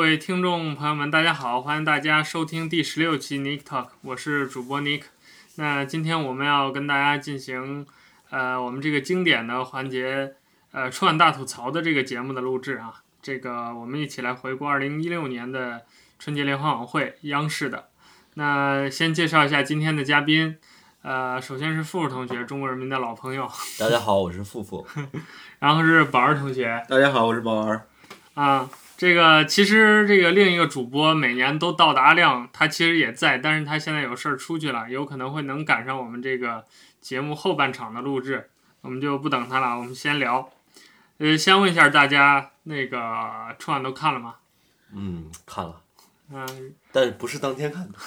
位听众朋友们，大家好，欢迎大家收听第十六期 Nick Talk，我是主播 Nick。那今天我们要跟大家进行呃我们这个经典的环节呃春晚大吐槽的这个节目的录制啊，这个我们一起来回顾二零一六年的春节联欢晚会，央视的。那先介绍一下今天的嘉宾，呃，首先是付付同学，中国人民的老朋友，大家好，我是富富。然后是宝儿同学 大家好，我是宝儿。啊。这个其实这个另一个主播每年都到达量，他其实也在，但是他现在有事儿出去了，有可能会能赶上我们这个节目后半场的录制，我们就不等他了，我们先聊。呃，先问一下大家，那个春晚都看了吗？嗯，看了，嗯、但是不是当天看的。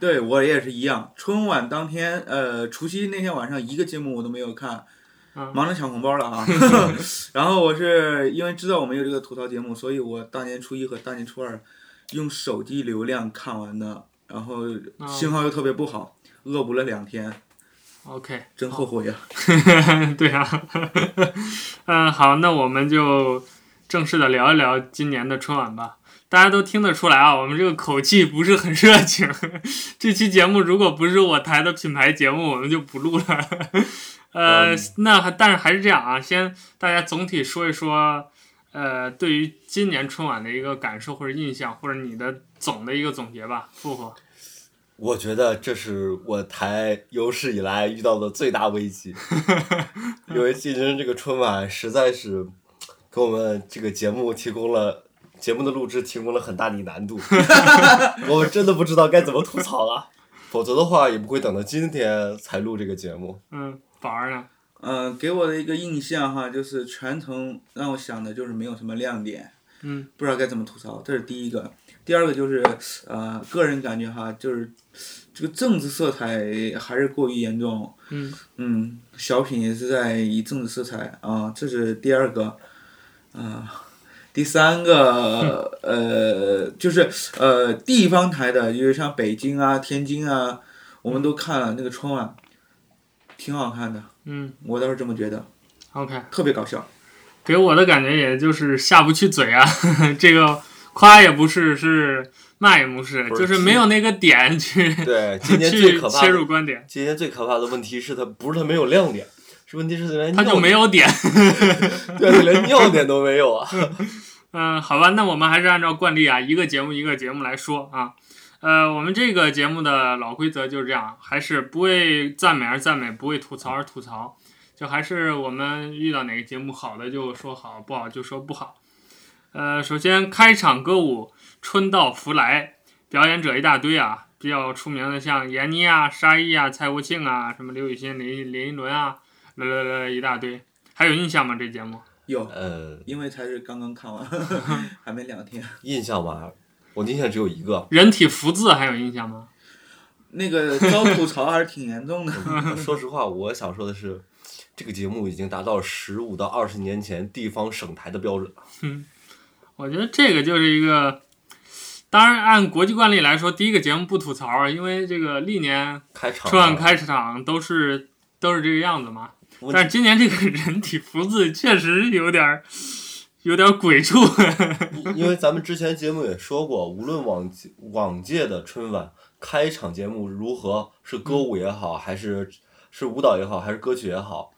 对我也是一样，春晚当天，呃，除夕那天晚上一个节目我都没有看，嗯忙着抢红包了啊。 然后我是因为知道我们有这个吐槽节目，所以我大年初一和大年初二用手机流量看完的，然后嗯信号又特别不好，恶补了两天， o k 真后悔呀、啊 对啊，嗯，好，那我们就正式的聊一聊今年的春晚吧。大家都听得出来啊，我们这个口气不是很热情。这期节目如果不是我台的品牌节目，我们就不录了。呃，嗯那还但是还是这样啊，先大家总体说一说，呃，对于今年春晚的一个感受或者印象，或者你的总的一个总结吧，富富。我觉得这是我台有史以来遇到的最大危 机，因为竞争这个春晚实在是给我们这个节目提供了节目的录制提供了很大的难 度，我真的不知道该怎么吐槽了。否则的话，也不会等到今天才录这个节目。嗯，宝儿呢？嗯、给我的一个印象哈，就是全程让我想的就是没有什么亮点，嗯，不知道该怎么吐槽，这是第一个。第二个就是，呃，个人感觉哈，就是这个政治色彩还是过于严重，嗯嗯，小品也是在以政治色彩啊、这是第二个，啊、啊第三个，呃，就是呃，地方台的，就是像北京啊、天津啊，我们都看了那个春晚，挺好看的，嗯我倒是这么觉得， ，OK。特别搞笑。给我的感觉也就是下不去嘴啊， 这个夸也不是，是骂也不是，不就是是没有那个点去对，今年最去可怕切的入观点，今天最可怕的问题是他不是他没有亮点，是问题是连他就尿没有点。 对，他连尿点都没有啊。嗯，好吧，那我们还是按照惯例啊，一个节目一个节目来说啊。呃，我们这个节目的老规则就是这样，还是不为赞美而赞美，不为吐槽而吐槽，就还是我们遇到哪个节目好的就说好，不好就说不好。呃，首先开场歌舞《春到福来》，表演者一大堆啊，比较出名的像闫妮啊、沙溢啊、蔡国庆啊、什么刘雨欣、林林依轮啊，啦啦啦一大堆。还有印象吗？这节目？有， 呃，因为才是刚刚看完， 还没两天。印象吧，我的印象只有一个，人体福字还有印象吗？那个遭吐槽还是挺严重的。说实话，我想说的是，这个节目已经达到十五到二十年前地方省台的标准了。我觉得这个就是一个，当然按国际惯例来说，第一个节目不吐槽啊，因为这个历年开场啊，春晚开场都是都是这个样子嘛。我但是今年这个人体福字确实有点儿有点儿鬼畜， 因因为咱们之前节目也说过，无论往届往届的春晚开场节目如何，是歌舞也好，还是是舞蹈也好，还是歌曲也好，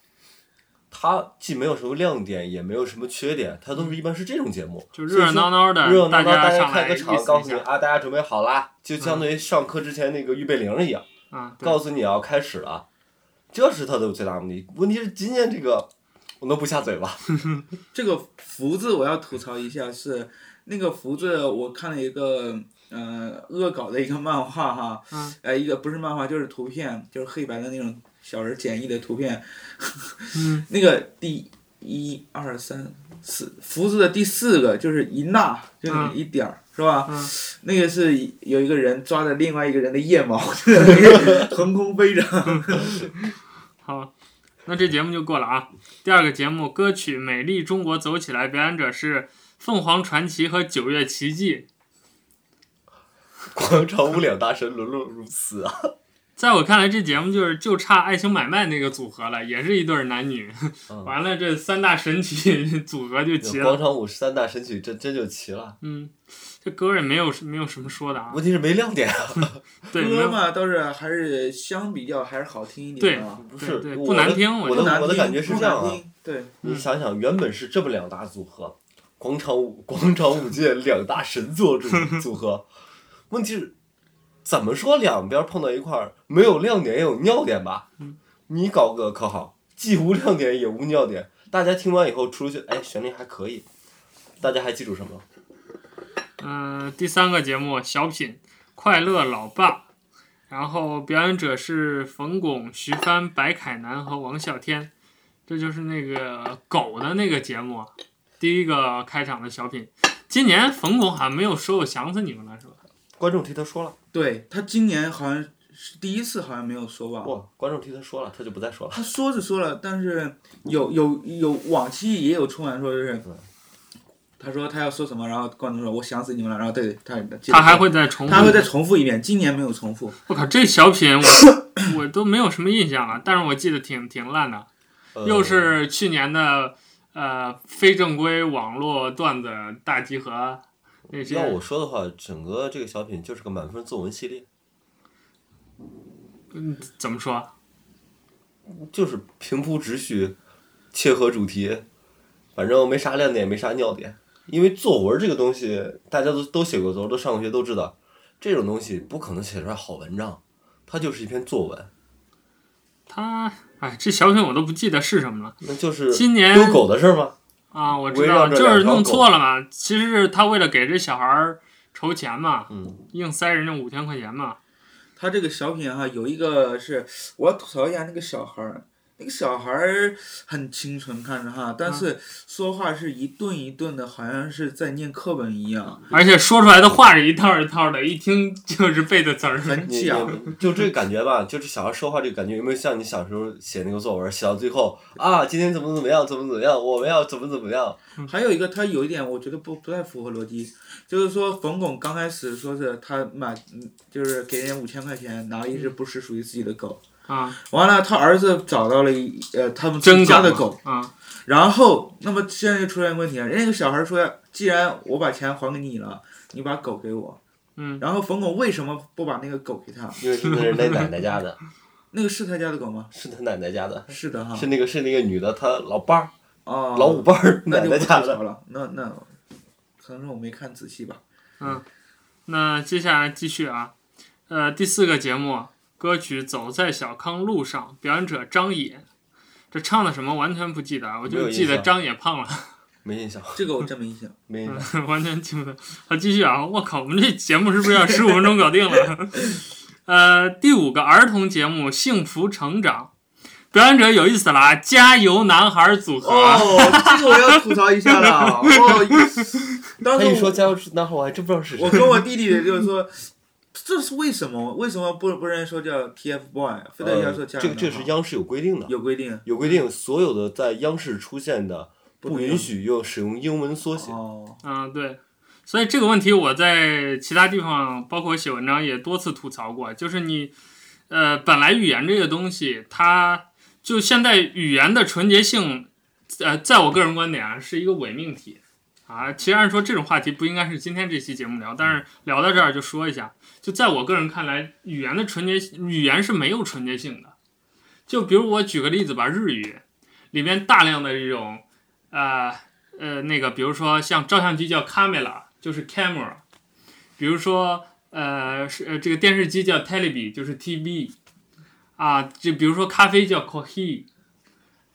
它既没有什么亮点，也没有什么缺点，它都是一般是这种节目，就热热闹闹的，热热闹闹，大大上开来个意场，思告一诉你下啊，大家准备好啦，就相当于上课之前那个预备铃一样。啊，对告诉你要开始了，这是他的最大目的。问题是今天这个，我能不下嘴吧？这个福字我要吐槽一下是，那个福字我看了一个呃恶搞的一个漫画哈，嗯呃一个不是漫画就是图片，就是黑白的那种小人简易的图片，嗯那个第一二三四福字的第四个就是一捺，就是嗯一点儿。是吧？嗯那个是有一个人抓着另外一个人的腋毛，就是 横空飞着。好，那这节目就过了啊。第二个节目歌曲《美丽中国走起来》，表演者是凤凰传奇和九月奇迹。广场舞两大神沦落如此啊！在我看来，这节目就是就差爱情买卖那个组合了，也是一对儿男女。嗯完了，这三大神曲 组合就齐广了。场舞十三大神曲真真就齐了，嗯，这歌也没有没有什么说的啊。问题是没亮点啊，对，没歌有嘛倒是还是相比较还是好听一对点啊，不对是对我不难的听我觉我的不难我的听感觉是不这样难啊，听对，嗯你想想，原本是这么两大组合，广场舞 广场舞界两大神作组 组合，问题是怎么说两边碰到一块儿，没有亮点也有尿点吧？嗯你搞个可好，既无亮点也无尿点，大家听完以后出去，哎，旋律还可以，大家还记住什么？嗯、第三个节目小品《快乐老爸》，然后表演者是冯巩、徐帆、白凯南和王啸天，这就是那个狗的那个节目啊，第一个开场的小品。今年冯巩好像没有说“我想死你们”了，是吧？观众替他说了，对他今年好像是第一次，好像没有说吧。哇，观众替他说了，他就不再说了。他说是说了，但是有有有往期也有春晚说就是，他说他要说什么，然后观众说我想死你们了，然后对他接着他还说会再重复。他会再重复一遍，今年没有重复。我靠，这小品我 我都没有什么印象了，但是我记得挺挺烂的。呃又是去年的呃非正规网络段子大集合那要些我，说的话，整个这个小品就是个满分作文系列，嗯，怎么说？就是平铺直叙，切合主题，反正没啥亮点，没啥尿点。因为作文这个东西，大家都都写过作文，都上过学，都知道，这种东西不可能写出来好文章，它就是一篇作文，他哎，这小品我都不记得是什么了。那就是今年丢狗的事儿 吗？啊，我知围道，绕着就两是条弄狗错了嘛。其实是他为了给这小孩儿筹钱嘛，嗯，硬塞人家五千块钱嘛。他这个小品哈、有一个是我要吐槽一下那个小孩儿，那个小孩儿很清纯看着哈，嗯但是说话是一顿一顿的，好像是在念课本一样，而且说出来的话是一套一套的，一听就是背的词儿。很你假。你就这个感觉吧，就是小孩说话这个感觉，有没有像你小时候写那个作文，写到最后啊，今天怎么怎么样，怎么怎么样，我们要怎么怎么样？还有一个，他有一点我觉得不不太符合逻辑，就是说冯巩刚开始说是他买，嗯就是给人五千块钱拿了一只不是属于自己的狗，啊，完了他儿子找到了一呃他们自真己家的狗狗，嘛啊，然后那么现在就出现问题了，人家那个小孩说，既然我把钱还给你了，你把狗给我，嗯，然后冯巩为什么不把那个狗给他？因为那是他奶奶家的，那个是他家的狗吗？是他奶奶家的，是的哈是，那个是那个女的，她老伴儿，哦，老五伴儿 那奶就不奶吐家的。槽了，那那可能是我没看仔细吧。那接下来继续啊，呃，第四个节目歌曲《走在小康路上》，表演者张也。这唱的什么完全不记得啊，我没就有印记得象张也胖了， 没印象，这个我真没印象。没印嗯象。完全记不得。好，继续啊！我靠，我们这节目是不是 要十五分钟搞定了？呃，第五个儿童节目《幸福成长》，表演者有意思了啊，加油男孩组合。 啊哦，这个我要吐槽一下了。哦，当他时一说我加油指南后，我还真不知道是谁我。跟我弟弟就是说，这是为什么？为什么不不能说叫 TFBOY，非得要呃说家这个这个是央视有规定的，有规定。有规定，所有的在央视出现的不能允许用使用英文缩写。哦，嗯，对，所以这个问题我在其他地方，包括写文章也多次吐槽过，就是你，呃，本来语言这个东西，它就现在语言的纯洁性，呃，在我个人观点啊，是一个伪命题。啊，其实按说这种话题不应该是今天这期节目聊，但是聊到这儿就说一下，就在我个人看来，语言的纯洁，语言是没有纯洁性的。就比如我举个例子吧，日语里面大量的这种，呃呃，那个比如说像照相机叫 camera，就是 camera，比如说呃是呃这个电视机叫 telev，就是 TV，啊，就比如说咖啡叫 coffee，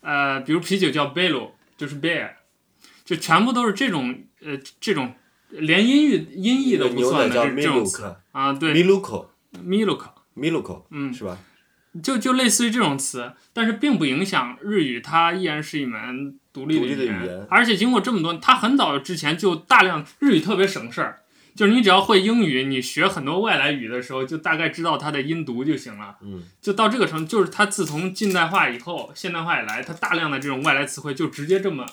呃，比如啤酒叫 bello，就是 beer，就全部都是这种呃这种连音译音译都不牛算奶的叫这这种词 Milk，Milk，啊，对 milk， Milk，嗯，是吧？就就类似于这种词，但是并不影响日语，它依然是一门独立的独立的言。语言而且经过这么多，它很早之前就大量日语特别省事儿，就是你只要会英语，你学很多外来语的时候，就大概知道它的音读就行了。嗯，就到这个程度，就是它自从近代化以后，现代化以来，它大量的这种外来词汇就直接这么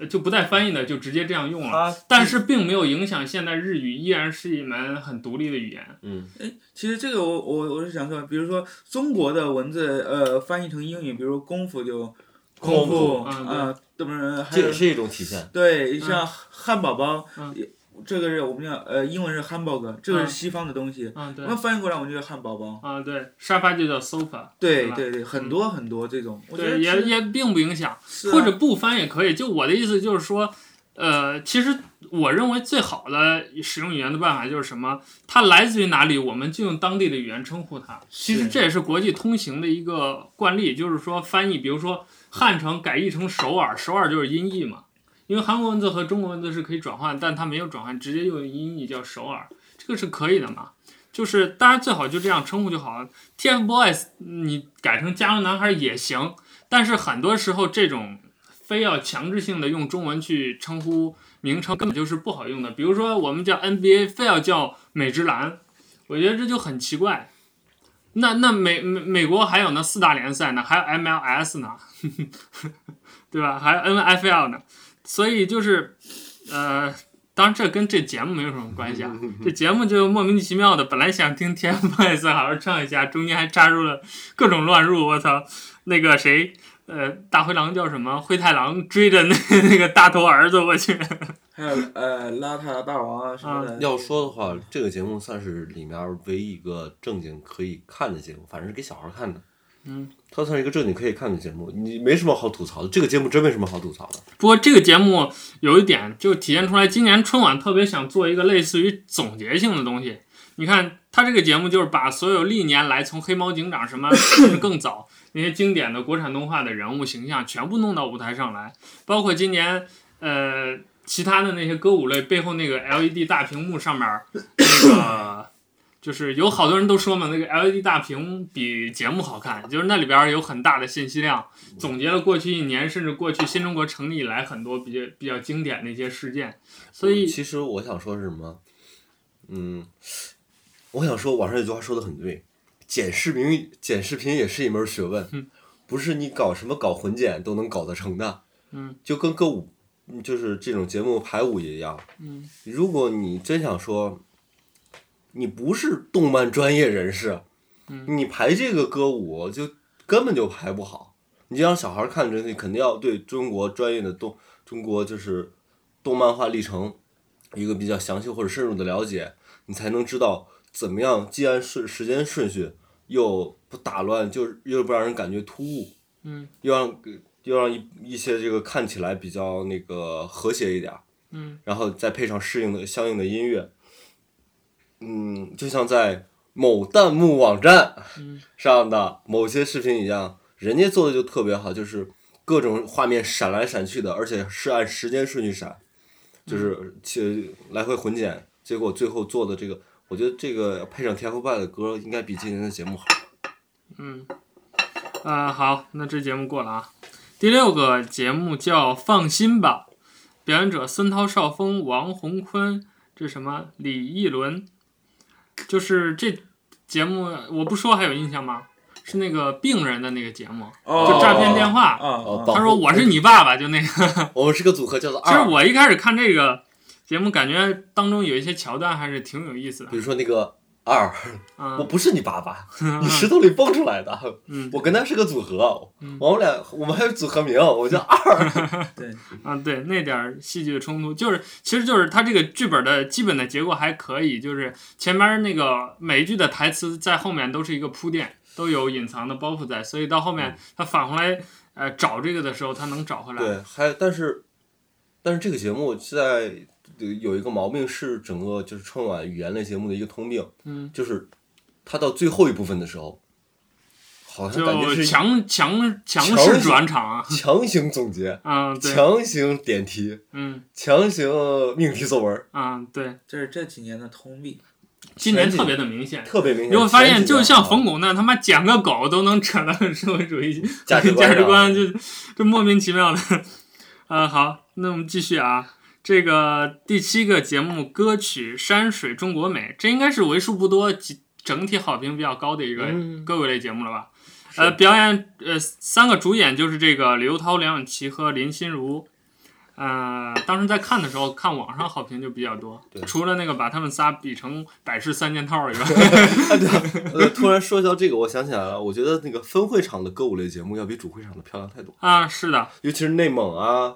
呃就不带翻译的，就直接这样用了。它但是并没有影响现代日语依然是一门很独立的语言。嗯其实这个我我我是想说，比如说中国的文字呃翻译成英语，比如功夫就功夫夫嗯啊，对不是？还这有也是一种体现。对，像汉堡包嗯，这个是我们叫呃英文是 hamburger，这个嗯是西方的东西，啊，对那，翻译过来我们就叫汉堡包。啊对，沙发就叫 sofa，对吧嗯对对，很多很多这种，我觉得对，也其实也并不影响，是啊或者不翻也可以。就我的意思就是说，呃，其实我认为最好的使用语言的办法就是什么？它来自于哪里，我们就用当地的语言称呼它。其实是这也是国际通行的一个惯例，就是说翻译，比如说汉城改译成首尔，首尔就是音译嘛。因为韩国文字和中国文字是可以转换，但它没有转换，直接用音译叫首尔，这个是可以的嘛？就是大家最好就这样称呼就好了。TFBOYS 你改成加油男孩也行，但是很多时候这种非要强制性的用中文去称呼名称，根本就是不好用的。比如说我们叫 NBA，非要叫美职篮，我觉得这就很奇怪。那那美美美国还有呢四大联赛呢，还有 MLS 呢， 对吧？还有 NFL 呢，所以就是，呃，当然这跟这节目没有什么关系啊。这节目就莫名其妙的，本来想听 TFBOYS 好好唱一下，中间还插入了各种乱入，我操！那个谁，呃，大灰狼叫什么？灰太狼追着那那个大头儿子，我去，还有呃邋遢大王啊什么的，要说的话，这个节目算是里面唯一一个正经可以看的节目，反正是给小孩看的。嗯，它算是一个正经可以看的节目，你没什么好吐槽的。这个节目真没什么好吐槽的。不过这个节目有一点就体现出来，今年春晚特别想做一个类似于总结性的东西。你看，他这个节目就是把所有历年来从黑猫警长什么甚至更早那些经典的国产动画的人物形象全部弄到舞台上来，包括今年呃其他的那些歌舞类背后那个 LED 大屏幕上面儿那个。就是有好多人都说嘛，那个 LED 大屏比节目好看，就是那里边儿有很大的信息量，总结了过去一年，甚至过去新中国成立以来很多比较比较经典的一些事件，所以嗯其实我想说是什么？嗯，我想说网上有句话说的很对，剪视频剪视频也是一门学问，不是你搞什么搞混剪都能搞得成的。嗯，就跟歌舞，嗯就是这种节目排舞也一样。嗯，如果你真想说，你不是动漫专业人士，嗯你排这个歌舞就根本就排不好。你让小孩看这，你肯定要对中国专业的动中国就是动漫化历程一个比较详细或者深入的了解，你才能知道怎么样既按顺时间顺序，又不打乱，就是又不让人感觉突兀，嗯，又让又让一一些这个看起来比较那个和谐一点，嗯，然后再配上适应的相应的音乐，嗯，就像在某弹幕网站嗯上的某些视频一样，人家做的就特别好，就是各种画面闪来闪去的，而且是按时间顺序闪，嗯就是去来回混剪，结果最后做的这个，我觉得这个配上 TFBOYS 的歌，应该比今年的节 目好。嗯，呃，好，那这节目过了啊。第六个节目叫《放心吧》，表演者孙涛、邵峰、王洪坤，这什么李一伦，就是这节目我不说还有印象吗？是那个病人的那个节目，哦就诈骗电话。啊哦啊棒他说我是你爸爸，就那个。我们是个组合，叫做其实二。我一开始看这个节目，感觉当中有一些桥段还是挺有意思的比。如说那个二，我嗯不是你爸 爸，你石头里蹦出来的。嗯我跟他是个组合嗯，我们俩我们还有组合名，我叫二。对，啊，对，那点儿戏剧的冲突，就是其实就是他这个剧本的基本的结构还可以，就是前面那个每一句的台词在后面都是一个铺垫，都有隐藏的包袱在，所以到后面他返回来呃找这个的时候，他能找回来。嗯对，还但是但是这个节目现在有一个毛病是整个就是春晚语言类节目的一个通病，嗯，就是它到最后一部分的时候，好像感觉就是强强强强势势转场啊，强行总结、啊，对，强行点题、嗯强行命题作文，啊，对，这是这几年的通病。今年前几特别的明显，特别明显。你会发现，前几就年像啊冯巩那他妈捡个狗都能扯到社会主义价值 观价上值观，就就莫名其妙的。啊、好，那我们继续啊。这个第七个节目歌曲《山水中国美》，这应该是为数不多几整体好评比较高的一个嗯歌舞类节目了吧？是呃，表演呃三个主演就是这个刘涛、梁咏琪和林心如。呃，当时在看的时候，看网上好评就比较多，除了那个把他们仨比成百事三件套以 外，呃，突然说到这个，我想起来了，我觉得那个分会场的歌舞类节目要比主会场的漂亮太多，啊，是的，尤其是内蒙啊，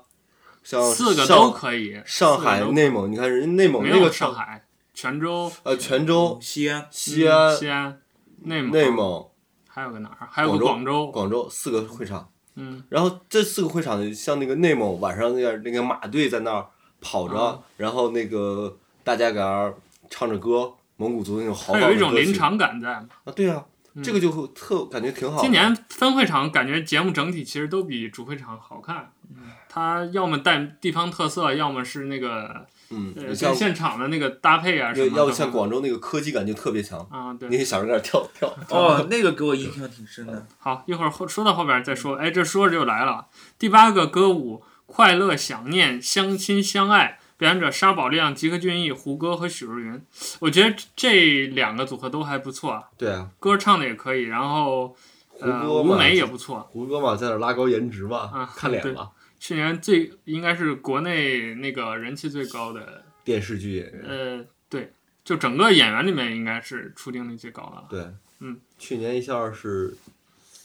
像四个上都可以，上四海个、都内蒙，你看人家内蒙没那有个上，海、泉州、嗯呃，泉州、西安，西安、西安、内蒙、内蒙、还有个哪儿？啊还有个广广州。广州四个会场，嗯，然后这四个会场，像那个内蒙晚上那个那个马队在那儿跑着，啊然后那个大家搁那儿唱着歌，蒙古族那种豪它放有的一种歌曲临场感在嘛。啊，对啊，这个就会特感觉挺好的。今年分会场感觉节目整体其实都比主会场好看，嗯它要么带地方特色，要么是那个嗯，呃像跟现场的那个搭配啊什要么的。要不像广州那个科技感就特别强，啊，那对，些小人在那儿跳跳。哦，那个给我印象挺深的。好，一会儿后说到后边再说。哎，这说着就来了，第八个歌舞快乐、想念、相亲、相爱。表演者沙宝亮、吉克隽逸、胡歌和许茹芸，我觉得这两个组合都还不错啊，对啊，歌唱的也可以，然后胡呃歌舞嘛，美也不错，胡歌嘛，在那儿拉高颜值嘛，啊看脸对嘛，去年最应该是国内那个人气最高的，电视剧演员。呃，对，就整个演员里面应该是出镜率最高的。对，嗯，去年一下是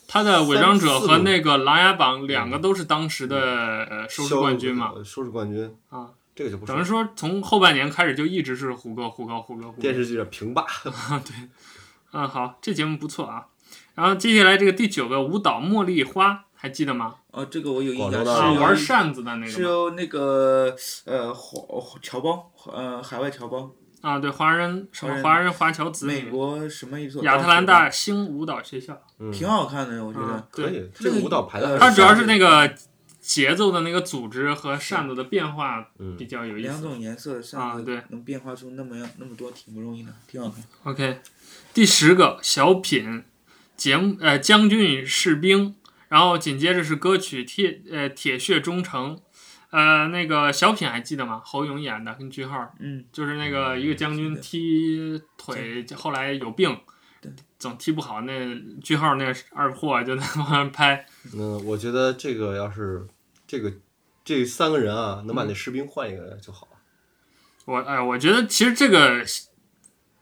他的《伪装者》三四和名那个《琅琊榜》两个都是当时的呃收视销冠军嘛，，收视冠军啊，这个就不说等于说从后半年开始就一直是胡歌、胡歌、胡歌、胡歌电。视剧的平霸。嗯，好，这节目不错啊。然后接下来这个第九个舞蹈《茉莉花》，还记得吗？哦，这个我有印广州象，的啊，有是玩由扇子的那是个吗由那个呃华侨胞，呃海外侨胞，啊，对，华人什么华人华侨子美女，国什么一所亚特兰大星舞蹈学校。嗯，挺好看的，我觉啊得。，对可，以，这这个个舞蹈排的呃它它主要是那个节奏的那个组织和扇子的变化嗯比较有意两思。种颜色的啊扇对子能变化出那么样那么多，挺不容易的，挺好看。 OK，第十个小品节目，呃，将军与士兵，然后紧接着是歌曲铁呃铁血忠诚。呃，那个小品还记得吗？侯勇演的，跟句号，嗯，就是那个一个将军记得踢腿，嗯后来有病对，总踢不好，那句号那二货就在旁边拍，嗯，我觉得这个要是这个这三个人啊，能把嗯那士兵换一个就好了，我哎，我觉得其实这个小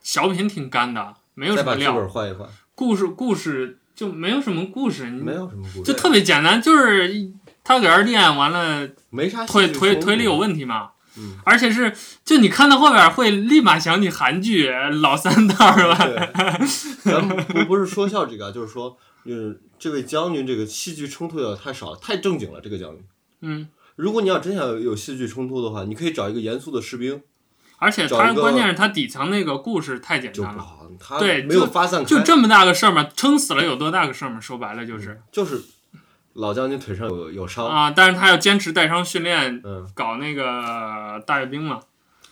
小品挺干的，没有再什么把剧料，本换一换，故事故事就没有什么故事，你没有什么嗯故事，就特别简单，就是一他搁这儿练完了，没啥戏腿剧腿冲腿突里有问题嘛。嗯而且是，就你看到后边会立马想起韩剧《老三道》是嗯吧？对， 咱们不不是说笑这个啊，就是说，就是这位将军这个戏剧冲突有点太少了，太正经了。这个将军，嗯，如果你要真想有有戏剧冲突的话，你可以找一个严肃的士兵，而且找他一个关键是他底层那个故事太简就单不了，好，他啊对没有发散开，就这么大个事儿嘛，撑死了有多大个事儿嘛？说白了就是就是老将军腿上有有伤，啊，但是他要坚持带伤训练，嗯，搞那个大阅兵嘛。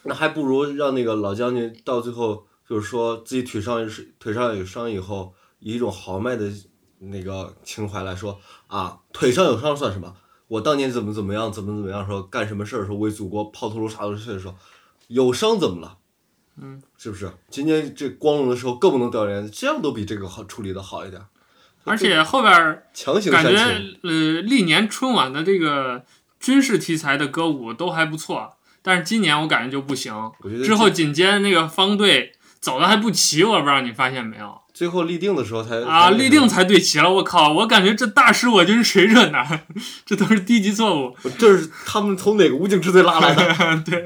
那还不如让那个老将军到最后就是说自己腿上是腿上有伤以后，以一种豪迈的那个情怀来说啊，腿上有伤算什么？我当年怎么怎么样，怎么怎么样说干什么事儿的时候，为祖国抛头颅洒热血的时候，有伤怎么了？嗯，是不是？今天这光荣的时候更不能掉脸，这样都比这个好处理的好一点。而且后边儿强行感煽觉情，呃，历年春晚的这个军事题材的歌舞都还不错，但是今年我感觉就不行。我觉得之后紧接着那个方队走的还不齐，我不知道你发现没有最后立定的时候才啊？立定，才才对齐了，我靠！我感觉这大失我军水准呐、这都是低级错误。那个这是他们从哪个武警支队拉 来的？对，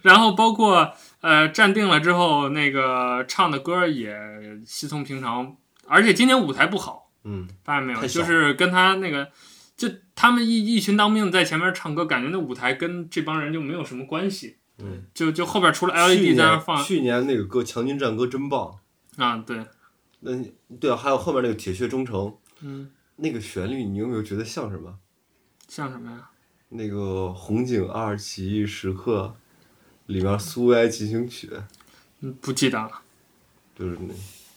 然后包括呃站定了之后，那个唱的歌也稀松平常，而且今年舞台不好，嗯，发现没有？太小就是跟他那个，就他们一一群当兵在前面唱歌，感觉那舞台跟这帮人就没有什么关系。嗯，就就后边除了去 LED 在那儿年放去年那个歌《强军战歌》真棒，啊，对，那你对啊，还有后面那个《铁血忠诚》嗯，那个旋律，你有没有觉得像什么？像什么呀？那个《红警二起义时刻》里面《苏维埃进行曲》，嗯，不记得了，就是那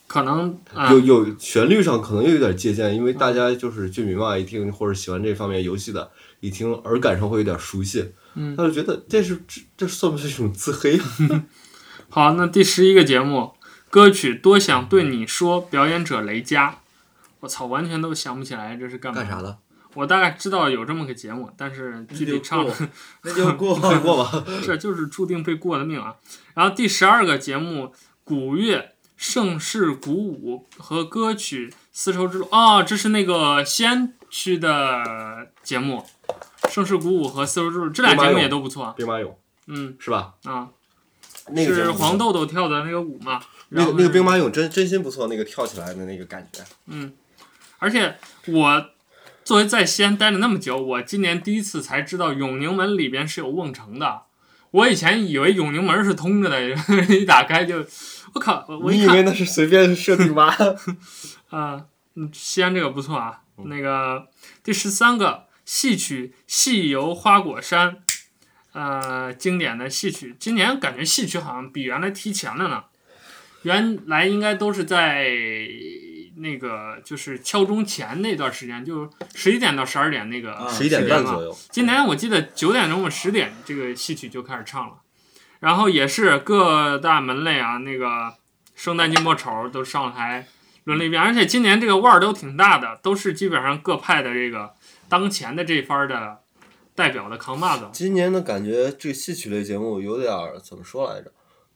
可能啊嗯有有旋律上可能又有点借鉴，因为大家就是剧迷啊嘛，一听或者喜欢这方面游戏的，一听耳感上会有点熟悉，嗯他就觉得这是这这算不算一种自黑啊？好，那第十一个节目歌曲《多想对你说》，表演者雷佳。我操，完全都想不起来这是干嘛干啥的？我大概知道有这么个节目，但是嗯具体唱那就 过会过吧？这就是注定被过的命啊。然后第十二个节目，古乐、盛世、鼓舞和歌曲《丝绸之路》哦，这是那个西安区的节目，盛世鼓舞和丝绸之路这俩节目也都不错。兵马俑嗯是吧？啊，那个节是目不错黄豆豆跳的那个舞嘛。那然个后那个是兵马俑真真心不错，那个跳起来的那个感觉。嗯，而且我作为在西安待了那么久，我今年第一次才知道永宁门里边是有瓮城的。我以前以为永宁门是通着的， 一打开就，我靠！我我你一以看为那是随便设定吗？啊、嗯，西安这个不错啊。那个第十三个戏曲《戏游花果山》，呃，经典的戏曲，今年感觉戏曲好像比原来提前了呢。原来应该都是在那个就是敲钟前那段时间，就十一点到十二点那个啊十一点半时间嘛左右，今年我记得九点钟、十点这个戏曲就开始唱了，然后也是各大门类啊，那个圣诞金波丑都上台轮了一遍，而且今年这个腕儿都挺大的，都是基本上各派的这个当前的这番儿的代表的扛把子。今年的感觉，这个戏曲类节目有点儿怎么说来着？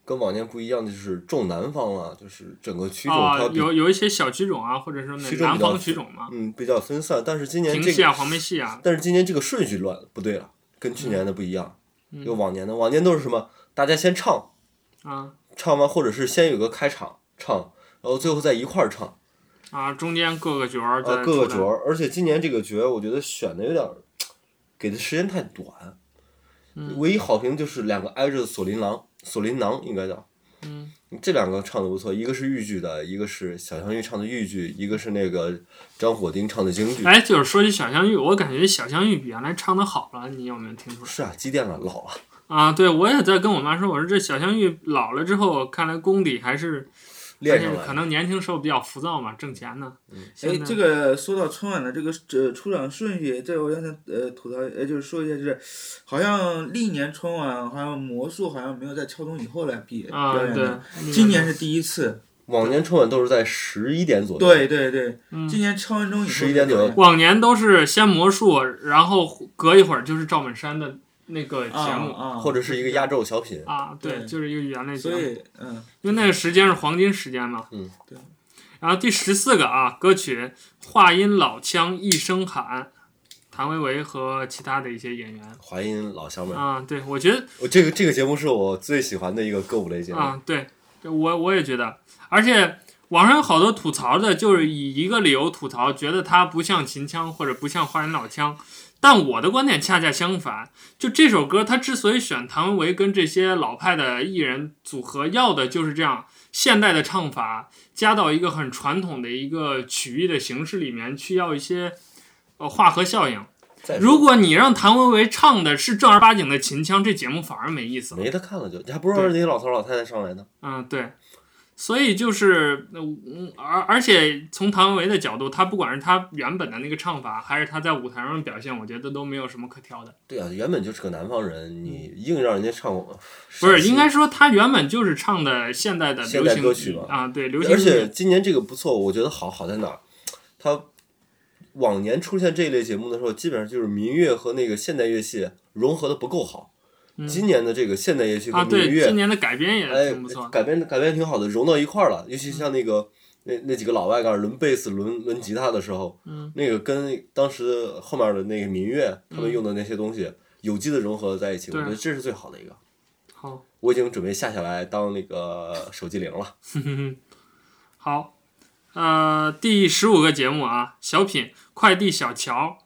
跟往年不一样的就是重南方了，就是整个区种啊、它比、有有一些小曲种啊，或者说那曲种比南较方曲种嘛，嗯比较分散，但是今年评这戏个啊、黄梅戏啊，但是今年这个顺序乱不对了，跟去年的不一样，嗯有往年的往年都是什么？大家先唱，啊唱完或者是先有个开场唱，然后最后再一块儿唱。啊，中间各个角儿在、啊，各个角儿，而且今年这个角儿，我觉得选的有点儿，给的时间太短。嗯唯一好评就是两个挨着的锁麟囊，锁麟囊应该叫。嗯。这两个唱的不错，一个是豫剧的，一个是小香玉唱的豫剧，一个是那个张火丁唱的京剧。哎，就是说起小香玉，我感觉小香玉比原来唱的好了，你有没有听出来？是啊，积淀了，老了。啊，对，我也在跟我妈说，我说这小香玉老了之后，看来功底还是，而练且上来可了。能年轻时候比较浮躁嘛，挣钱呢。哎现，在这个说到春晚的这个呃出场顺序，这我想想呃吐槽，呃就是说一下，就是好像历年春晚好像魔术好像没有在敲钟以后来比啊，表演对的，，那今个年是第一次。往年春晚都是在十一点左右。对对对，嗯今年敲完钟以后11点左右往年都是先魔术，然后隔一会儿就是赵本山的那个啊节目啊，或者是一个压轴小品。啊，对，对就是一个语言类节所目，以嗯，因为那个时间是黄金时间嘛。嗯，对。然后第十四个啊，歌曲《话音老腔一声喊》，谭维维和其他的一些演员华阴老乡们，啊，对我觉得我这个这个节目是我最喜欢的一个歌舞类节目。啊，对，这我我也觉得，而且网上有好多吐槽的，就是以一个理由吐槽，觉得它不像秦腔或者不像花园老腔。但我的观点恰恰相反，就这首歌，它之所以选谭维维跟这些老派的艺人组合，要的就是这样现代的唱法，加到一个很传统的一个曲艺的形式里面去，要一些呃化合效应。再说如果你让谭维维唱的是正儿八经的秦腔，这节目反而没意思了。没得看了就，你还不如让那些老头儿老太太上来呢。嗯，对，所以就是，嗯，而而且从谭维维的角度，他不管是他原本的那个唱法，还是他在舞台上的表现，我觉得都没有什么可挑的。对啊，原本就是个南方人，你硬让人家唱，不是，应该说他原本就是唱的现代的现流代行歌曲吧啊，对，流行而音且乐今年这个不错，我觉得好好在哪儿？他往年出现这一类节目的时候，基本上就是民乐和那个现代乐器融合的不够好。嗯今年的这个现代乐器啊，和民对，今乐，年的改编也哎挺不错，的。嗯改编改编挺好的，融到一块儿了。尤其像那个、那那几个老外嘎儿轮贝斯、轮轮吉他的时候，嗯那个跟当时后面的那个民乐他嗯们用的那些东西、有机的融合在一起，对我觉得这是最好的一个。好，我已经准备下下来当那个手机铃了。嗯好，呃，第十五个节目啊，小品《快递小乔》，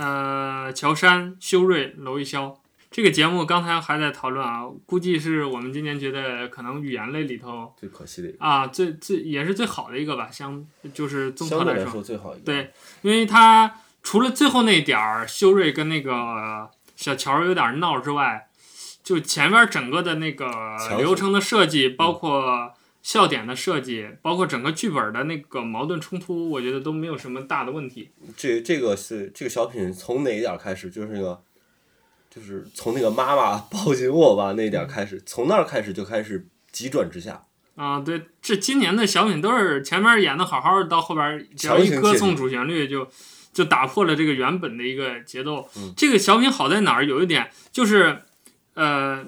呃，乔杉、修睿、娄艺潇。这个节目刚才还在讨论啊，估计是我们今年觉得可能语言类里头 最可惜的一啊，最最也是最好的一个吧，相就是个，综合相对来说，说最好一个。对，因为他除了最后那点儿修睿跟那个小乔有点闹之外，就前面整个的那个乔嗯流程的设计，包括笑点的设计，包括整个剧本的那个矛盾冲突，我觉得都没有什么大的问题。这这个是这个小品从哪一点开始？就是那个，就是从那个妈妈抱紧我吧那一点开始，从那儿开始就开始急转直下。啊，对，这今年的小品都是前面演的好好的，到后边只要强一行歌切颂主旋律就就打破了这个原本的一个节奏。嗯这个小品好在哪儿？有一点就是，呃，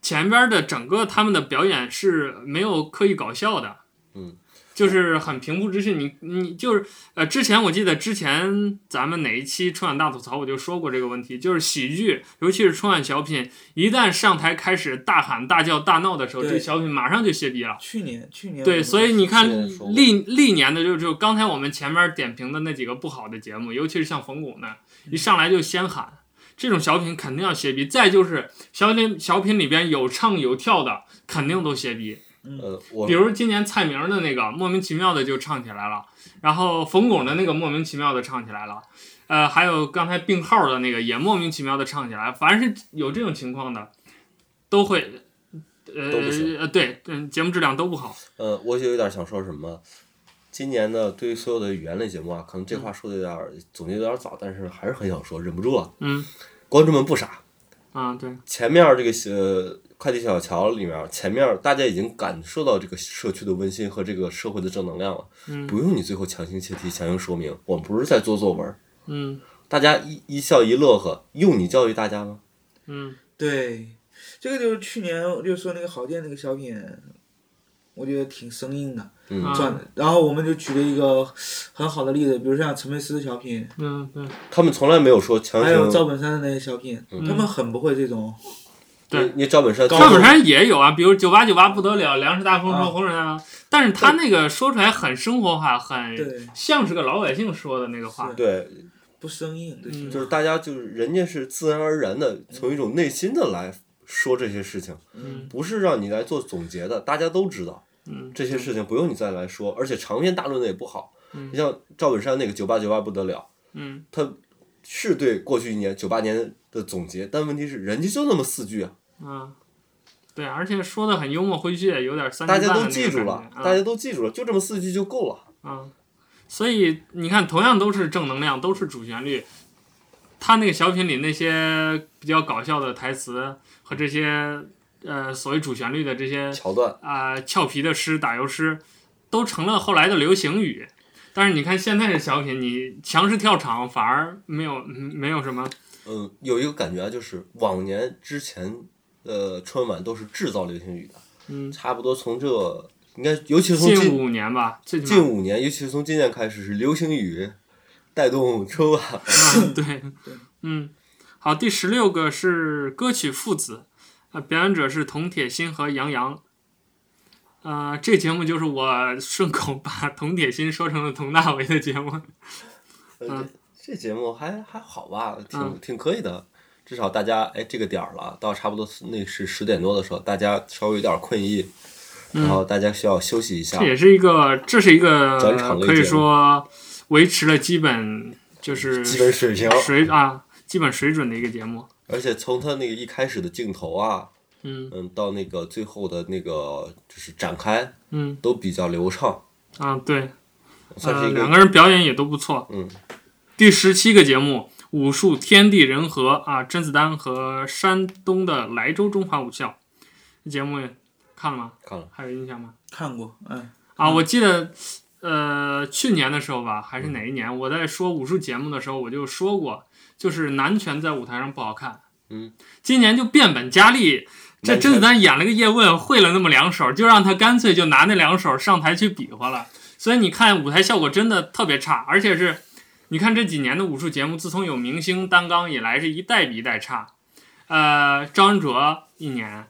前边的整个他们的表演是没有刻意搞笑的，嗯，就是很平铺直叙。你你就是呃，之前我记得之前咱们哪一期春晚大吐槽我就说过这个问题，就是喜剧，尤其是春晚小品，一旦上台开始大喊大叫大闹的时候，对这小品马上就泄底了。去年去年我对，们所以你看是说过历历年的就就刚才我们前面点评的那几个不好的节目，尤其是像冯巩的，一上来就先喊，这种小品肯定要歇逼。再就是小品小品里边有唱有跳的，肯定都歇逼。呃，我嗯比如今年蔡明的那个莫名其妙的就唱起来了，然后冯巩的那个莫名其妙的唱起来了，呃，还有刚才病号的那个也莫名其妙的唱起来，凡是有这种情况的，都会。呃都不行呃，对，嗯，节目质量都不好。呃，我就有点想说什么。今年呢，对于所有的语言类节目啊，可能这嗯话说的有点儿总结得有点儿早，但是还是很想说，忍不住了。嗯，观众们不傻，啊，对，前面这个呃快递小乔里面，前面大家已经感受到这个社区的温馨和这个社会的正能量了，嗯不用你最后强行切题、强行说明，我们不是在做作文儿，嗯大家一一笑一乐呵，用你教育大家吗？嗯对，这个就是去年就说那个郝建那个小品，我觉得挺生硬的，嗯啊转、然后我们就举了一个很好的例子，比如像陈佩斯的小品，嗯，对，他们从来没有说强还有赵哎行。本山的那些小品，嗯他们很不会这种。对你赵本山，赵本山也有啊，比如九八九八不得了，粮食大丰啊收，洪水大浪，但是他那个说出来很生活化，很对像是个老百姓说的那个话是。对，不生硬，对，嗯就是大家就是人家是自然而然的从一种内心的来说这些事情，嗯不是让你来做总结的，大家都知道嗯这些事情不用你再来说，而且长篇大论的也不好。嗯你像赵本山那个九八九八不得了，嗯，他是对过去一年九八年的总结，但问题是人家就那么四句啊，啊，对，而且说的很幽默诙谐，有点三嗯大斤家半的那都个记住感了，觉大家都记住了，就这么四句就够了。啊啊，所以你看，同样都是正能量，都是主旋律。他那个小品里那些比较搞笑的台词和这些呃所谓主旋律的这些桥段，啊、俏皮的诗、打油诗，都成了后来的流行语。但是你看现在的小品，你强势跳场反而没有嗯没有什么，嗯，有一个感觉啊，就是往年之前呃春晚都是制造流行语的，嗯，差不多从这应该，尤其是从近今五年吧，最起近码五年，尤其是从今年开始是流行语带动春 晚。啊，对，嗯，好，第十六个是歌曲父子，呃，表演者是童铁心和杨洋呃，这节目就是我顺口把童铁心说成了佟大为的节啊目。呃这这节目还还好吧，挺、嗯挺可以的，至少大家哎这个点儿了，到差不多是那是十点多的时候，大家稍微有点困意，然后大家需要休息一下嗯这。也是一个，这是一个转场类可以节目说维持了基本就是基本水平，水啊，基本水准的一个节目。而且从他那个一开始的镜头啊，嗯嗯，到那个最后的那个就是展开，嗯都比较流畅，啊，对，算呃，是一个、两个人表演也都不错。嗯，第十七个节目《武术天地人和》啊，甄子丹和山东的莱州中华武校，这节目看了吗？看了还有印象吗？看过，嗯，啊，我记得，呃，去年的时候吧，还是哪一年，嗯我在说武术节目的时候，我就说过，就是男拳在舞台上不好看。嗯，今年就变本加厉，这男拳甄子丹演了个叶问，会了那么两手，就让他干脆就拿那两手上台去比划了。所以你看舞台效果真的特别差，而且是，你看这几年的武术节目，自从有明星担纲以来，是一代比一代差。呃，张恩卓一年，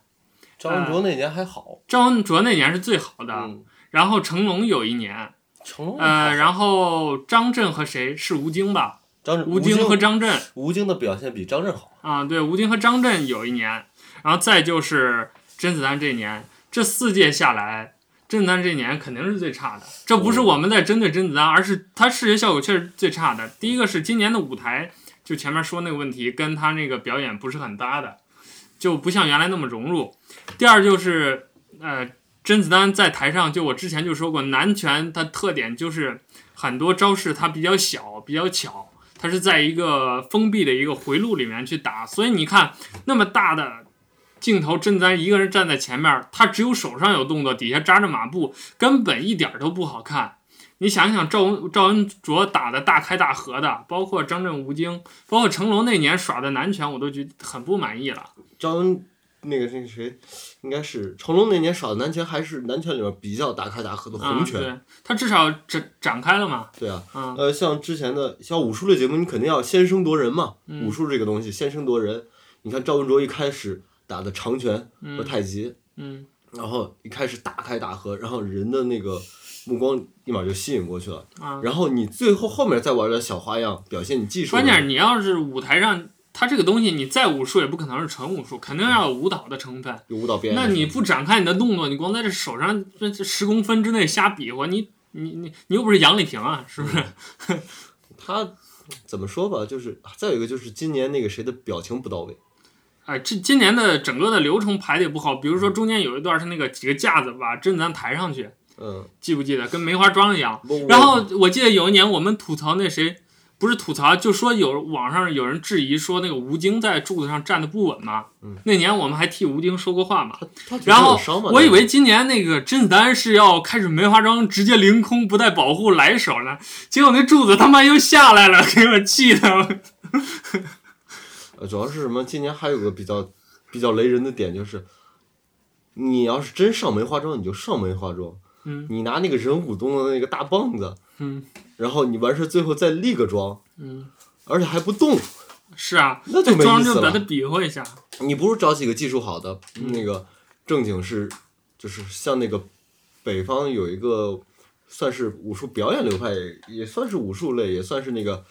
张文呃卓那年还好，张恩卓那年是最好的，嗯，然后成龙有一年，成龙还啊呃，好然后张震和谁是吴京吧？张吴京和张震吴京的表现比张震好，啊，对，吴京和张震有一年，然后再就是甄子丹这一年，这四届下来，甄子丹这一年肯定是最差的。这不是我们在针对甄子丹，而是他视觉效果确实最差的。第一个是今年的舞台，就前面说那个问题，跟他那个表演不是很搭的，就不像原来那么融入。第二就是呃，甄子丹在台上，就我之前就说过，南拳它特点就是很多招式它比较小，比较巧，它是在一个封闭的一个回路里面去打，所以你看那么大的。镜头，甄子丹一个人站在前面，他只有手上有动作，底下扎着马步，根本一点儿都不好看。你想想赵文赵文卓打的大开大合的，包括张震吴京，包括成龙那年耍的南拳，我都觉得很不满意了。张恩那个那个谁，应该是成龙那年耍的南拳，还是南拳里面比较大开大合的嗯，红拳。对，他至少展展开了嘛。对啊，嗯呃，像之前的像武术类节目，你肯定要先声夺人嘛。嗯武术这个东西，先声夺人。你看赵文卓一开始打的长拳和嗯太极，嗯然后一开始大开大合，然后人的那个目光立马就吸引过去了。啊，然后你最后后面再玩点小花样，表现你技术的。关键是你要是舞台上，他这个东西你再武术也不可能是纯武术，肯定要有舞蹈的成分。有舞蹈表演。那你不展开你的动作，你光在这手上这这十公分之内瞎比划，你你你你又不是杨丽萍啊，是不是？他怎么说吧，就是啊再有一个就是今年那个谁的表情不到位，哎，这今年的整个的流程排的也不好，比如说中间有一段是那个几个架子把甄子丹抬上去，嗯，记不记得？跟梅花桩一样。不然后我记得有一年我们吐槽那谁，不是吐槽，就说有网上有人质疑说那个吴京在柱子上站的不稳嘛。嗯那年我们还替吴京说过话嘛。他他然后有伤嘛，我以为今年那个甄子丹是要开始梅花桩直接凌空不带保护来一手呢，结果那柱子他妈又下来了，给我气的。呃主要是什么？今年还有个比较比较雷人的点就是，你要是真上梅花桩，你就上梅花桩，嗯，你拿那个人舞动的那个大棒子，嗯，然后你完事儿最后再立个桩，嗯，而且还不动，是啊，那就没桩意思就把了它。比划一下。你不如找几个技术好的，嗯那个正经是，就是像那个北方有一个算是武术表演流派，也也算是武术类，也算是那个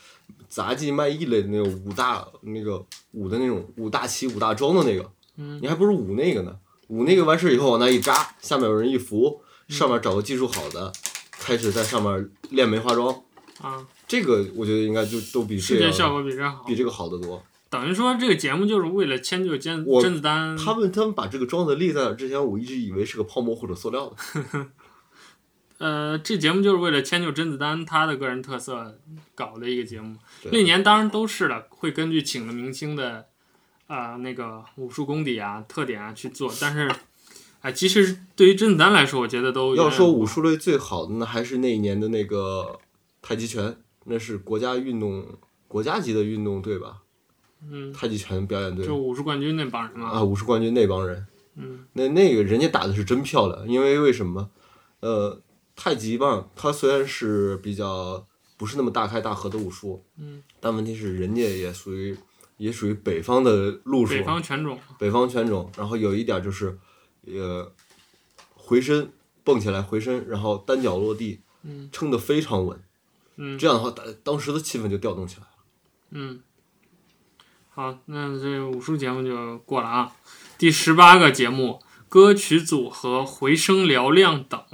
杂技卖艺类的那种武大那个武的那种武大旗、武大桩的那个，嗯你还不如舞那个呢。舞那个完事以后往那一扎，下面有人一扶，嗯上面找个技术好的，开始在上面练梅花桩。啊，这个我觉得应该就都比视这觉效个果比这好比。这个好得多。等于说这个节目就是为了迁就甄我甄子丹，他们他们把这个桩子立在那儿之前，我一直以为是个泡沫或者塑料的。 呃，这节目就是为了迁就甄子丹他的个人特色搞的一个节目。对那年当然都是了，会根据请的明星的啊、呃那个武术功底啊、特点啊去做。但是，哎、其实对于甄子丹来说，我觉得都要说武武术类最好的，那还是那一年的那个太极拳，那是国家运动国家级的运动队吧？嗯，太极拳表演队就武术冠军那帮人嘛，啊，武术冠军那帮人，嗯，那那个人家打的是真漂亮，因为为什么？呃，太极吧，它虽然是比较不是那么大开大合的武术，嗯，但问题是人家也属于也属于北方的路数，啊北方拳种，北方拳种，然后有一点就是，呃，回身蹦起来回身，然后单脚落地，嗯撑得非常稳。嗯这样的话，当当时的气氛就调动起来了。嗯。好，那这武术节目就过了啊。第十八个节目，歌曲组合回声嘹亮等。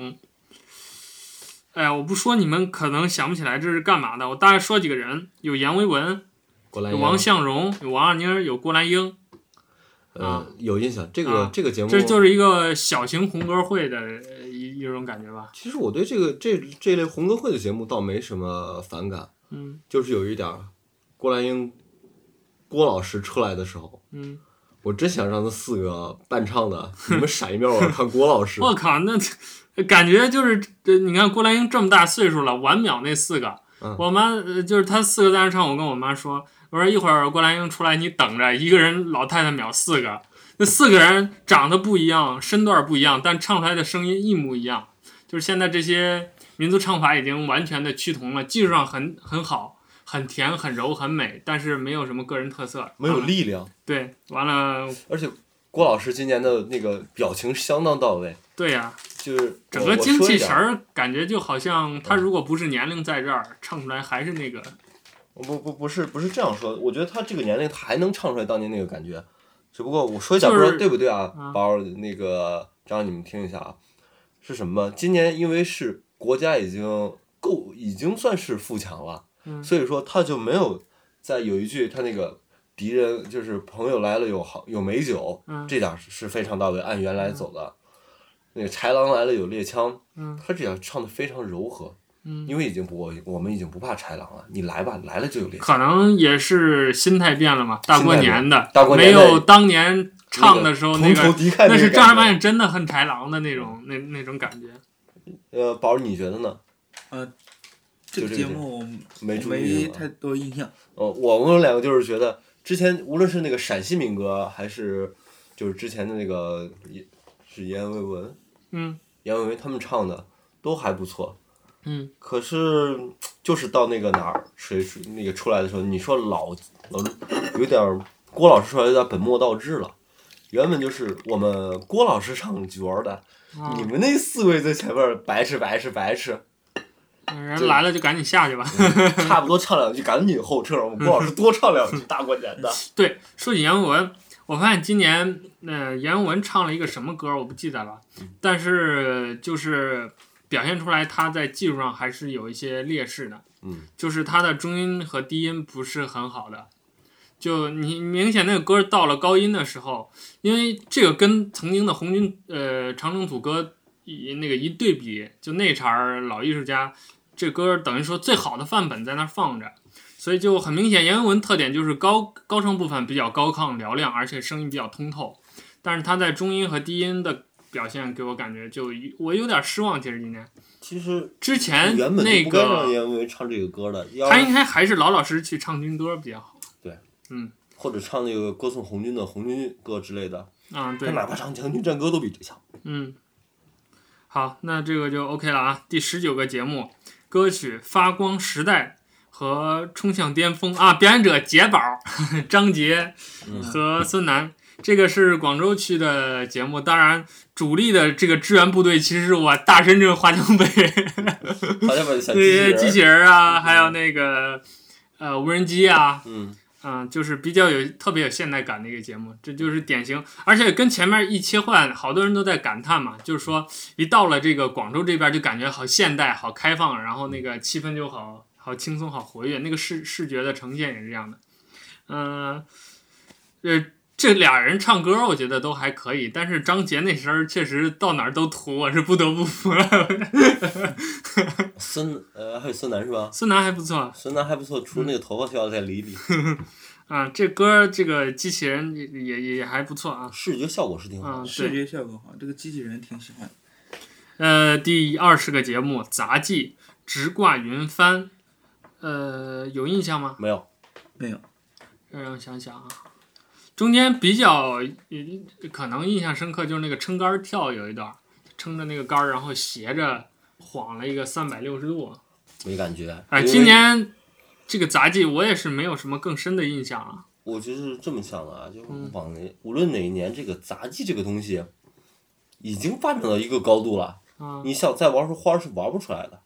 哎呀，我不说你们可能想不起来这是干嘛的。我大概说几个人，有阎维文，过来有人，王向荣，有王二妮儿，有郭兰英，呃啊，有印象。这个啊这个节目，这就是一个小型红歌会的呃一一种感觉吧。其实我对这个这这类红歌会的节目倒没什么反感，嗯就是有一点儿，郭兰英，郭老师出来的时候。嗯，我真想让他四个伴唱的，你们闪一面，我要看郭 老师。我靠，那感觉就是，呃你看郭兰英这么大岁数了，晚秒那四个，嗯我妈呃就是她四个在那唱，我跟我妈说，我说一会儿郭兰英出来，你等着，一个人老太太秒四个，那四个人长得不一样，身段不一样，但唱出来的声音一模一样，就是现在这些民族唱法已经完全的趋同了，技术上很很好，很甜，很柔，很美，但是没有什么个人特色，没有嗯力量，对，完了，而且郭老师今年的那个表情相当到位，对呀、就是整我个我精说一气点神儿嗯儿，感觉就好像他如果不是年龄在这儿，唱出来还是那个，不不不是不是这样说，我觉得他这个年龄他还能唱出来当年那个感觉，只不过我说一下，就不是知道对不对啊啊？包那个让你们听一下啊，是什么？今年因为是国家已经够，已经算是富强了，嗯所以说他就没有在有一句他那个敌人就是朋友来了有好有美酒，嗯这点儿是非常到位，按原来走的。那个豺狼来了有猎枪，嗯他这点儿唱的非常柔和，嗯，因为已经不我我们已经不怕豺狼了，你来吧，来了就有猎枪。可能也是心态变了嘛。大过年的，大过年没的有当年唱的时候那同仇个，敌忾的那是感觉正儿八经真的很豺狼的那种那那种感觉。呃，宝儿，你觉得呢？就这这个个节节目我没注意没是吧太多印象。哦，我们两个就是觉得之前无论是那个陕西民歌，还是就是之前的那个也是阎维文、嗯阎维文他们唱的都还不错，嗯，可是就是到那个哪儿谁谁那个出来的时候，你说老老有点儿郭老师出来有点本末倒置了。原本就是我们郭老师唱角儿的，啊你们那四位在前面儿白吃白吃白吃，嗯人来了就赶紧下去吧。 差不多唱两句赶紧后撤，我们郭老师多唱两句，大过年的。对，说起阎文，我发现今年呃阎文唱了一个什么歌，我不记得了，但是就是表现出来他在技术上还是有一些劣势的，嗯，就是他的中音和低音不是很好的。就你明显那个歌到了高音的时候，因为这个跟曾经的红军呃长征组歌一那个一对比，就那茬儿老艺术家，这歌等于说最好的范本在那儿放着，所以就很明显，阎维文特点就是高高声部分比较高亢嘹亮，而且声音比较通透。但是他在中音和低音的表现给我感觉就一我有点失望。其实今年其实 之前原本那就不该让个严维唱这个歌的，要他应该还是老老实实去唱军歌比较好。或者唱那个歌颂红军的红军歌之类的，啊，他对，哪怕唱将军战歌都比这强。嗯，好，那这个就 OK 了啊。第十九个节目歌曲《发光时代》和《冲向巅峰》啊，表演者杰宝、 张杰和孙楠。这个是广州区的节目，当然主力的这个支援部队其实是我大深圳华强北 好像把那小机些器机器人，人儿啊，还有那个呃无人机啊，嗯，嗯，就是比较有特别有现代感的一个节目，这就是典型，而且跟前面一切换，好多人都在感叹嘛，就是说一到了这个广州这边，就感觉好现代、好开放，然后那个气氛就好好轻松、好活跃，那个视视觉的呈现也是这样的。嗯、呃，这俩人唱歌我觉得都还可以，但是张杰那声儿确实到哪儿都土，我是不得不服了。 孙呃还有孙楠是吧？孙楠还不错，孙楠还不错，除了那个头发需要再理一理，啊，这歌这个机器人也也也也还不错啊，视觉效果是挺好啊的。对视。觉效果好，这个机器人挺喜欢。呃，第二十个节目《杂技直挂云帆》，呃，有印象吗？没有，没有，让我想想啊，中间比较呃可能印象深刻就是那个撑杆儿跳有一段儿，撑着那个杆儿，然后斜着晃了一个三百六十度。没感觉。哎、因为今年这个杂技我也是没有什么更深的印象啊。我就是这么想的啊，就是嗯往哪无论哪一年，这个杂技这个东西已经发展到一个高度了，啊，你想再玩出花儿是玩不出来的。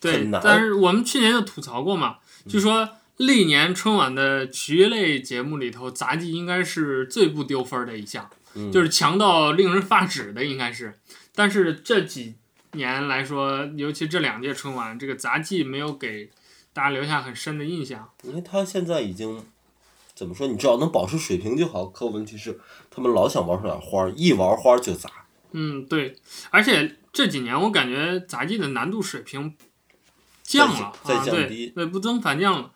对嗯很，难但是我们去年就吐槽过嘛，就说历年春晚的体育类节目里头，杂技应该是最不丢分儿的一项。嗯，就是强到令人发指的，应该是。但是这几年来说，尤其这两届春晚，这个杂技没有给大家留下很深的印象。因为他现在已经怎么说？你只要能保持水平就好。可问题是，他们老想玩出点花儿，一玩花儿就砸。嗯，对。而且这几年我感觉杂技的难度水平降了，再啊，降对低对，不增反降了。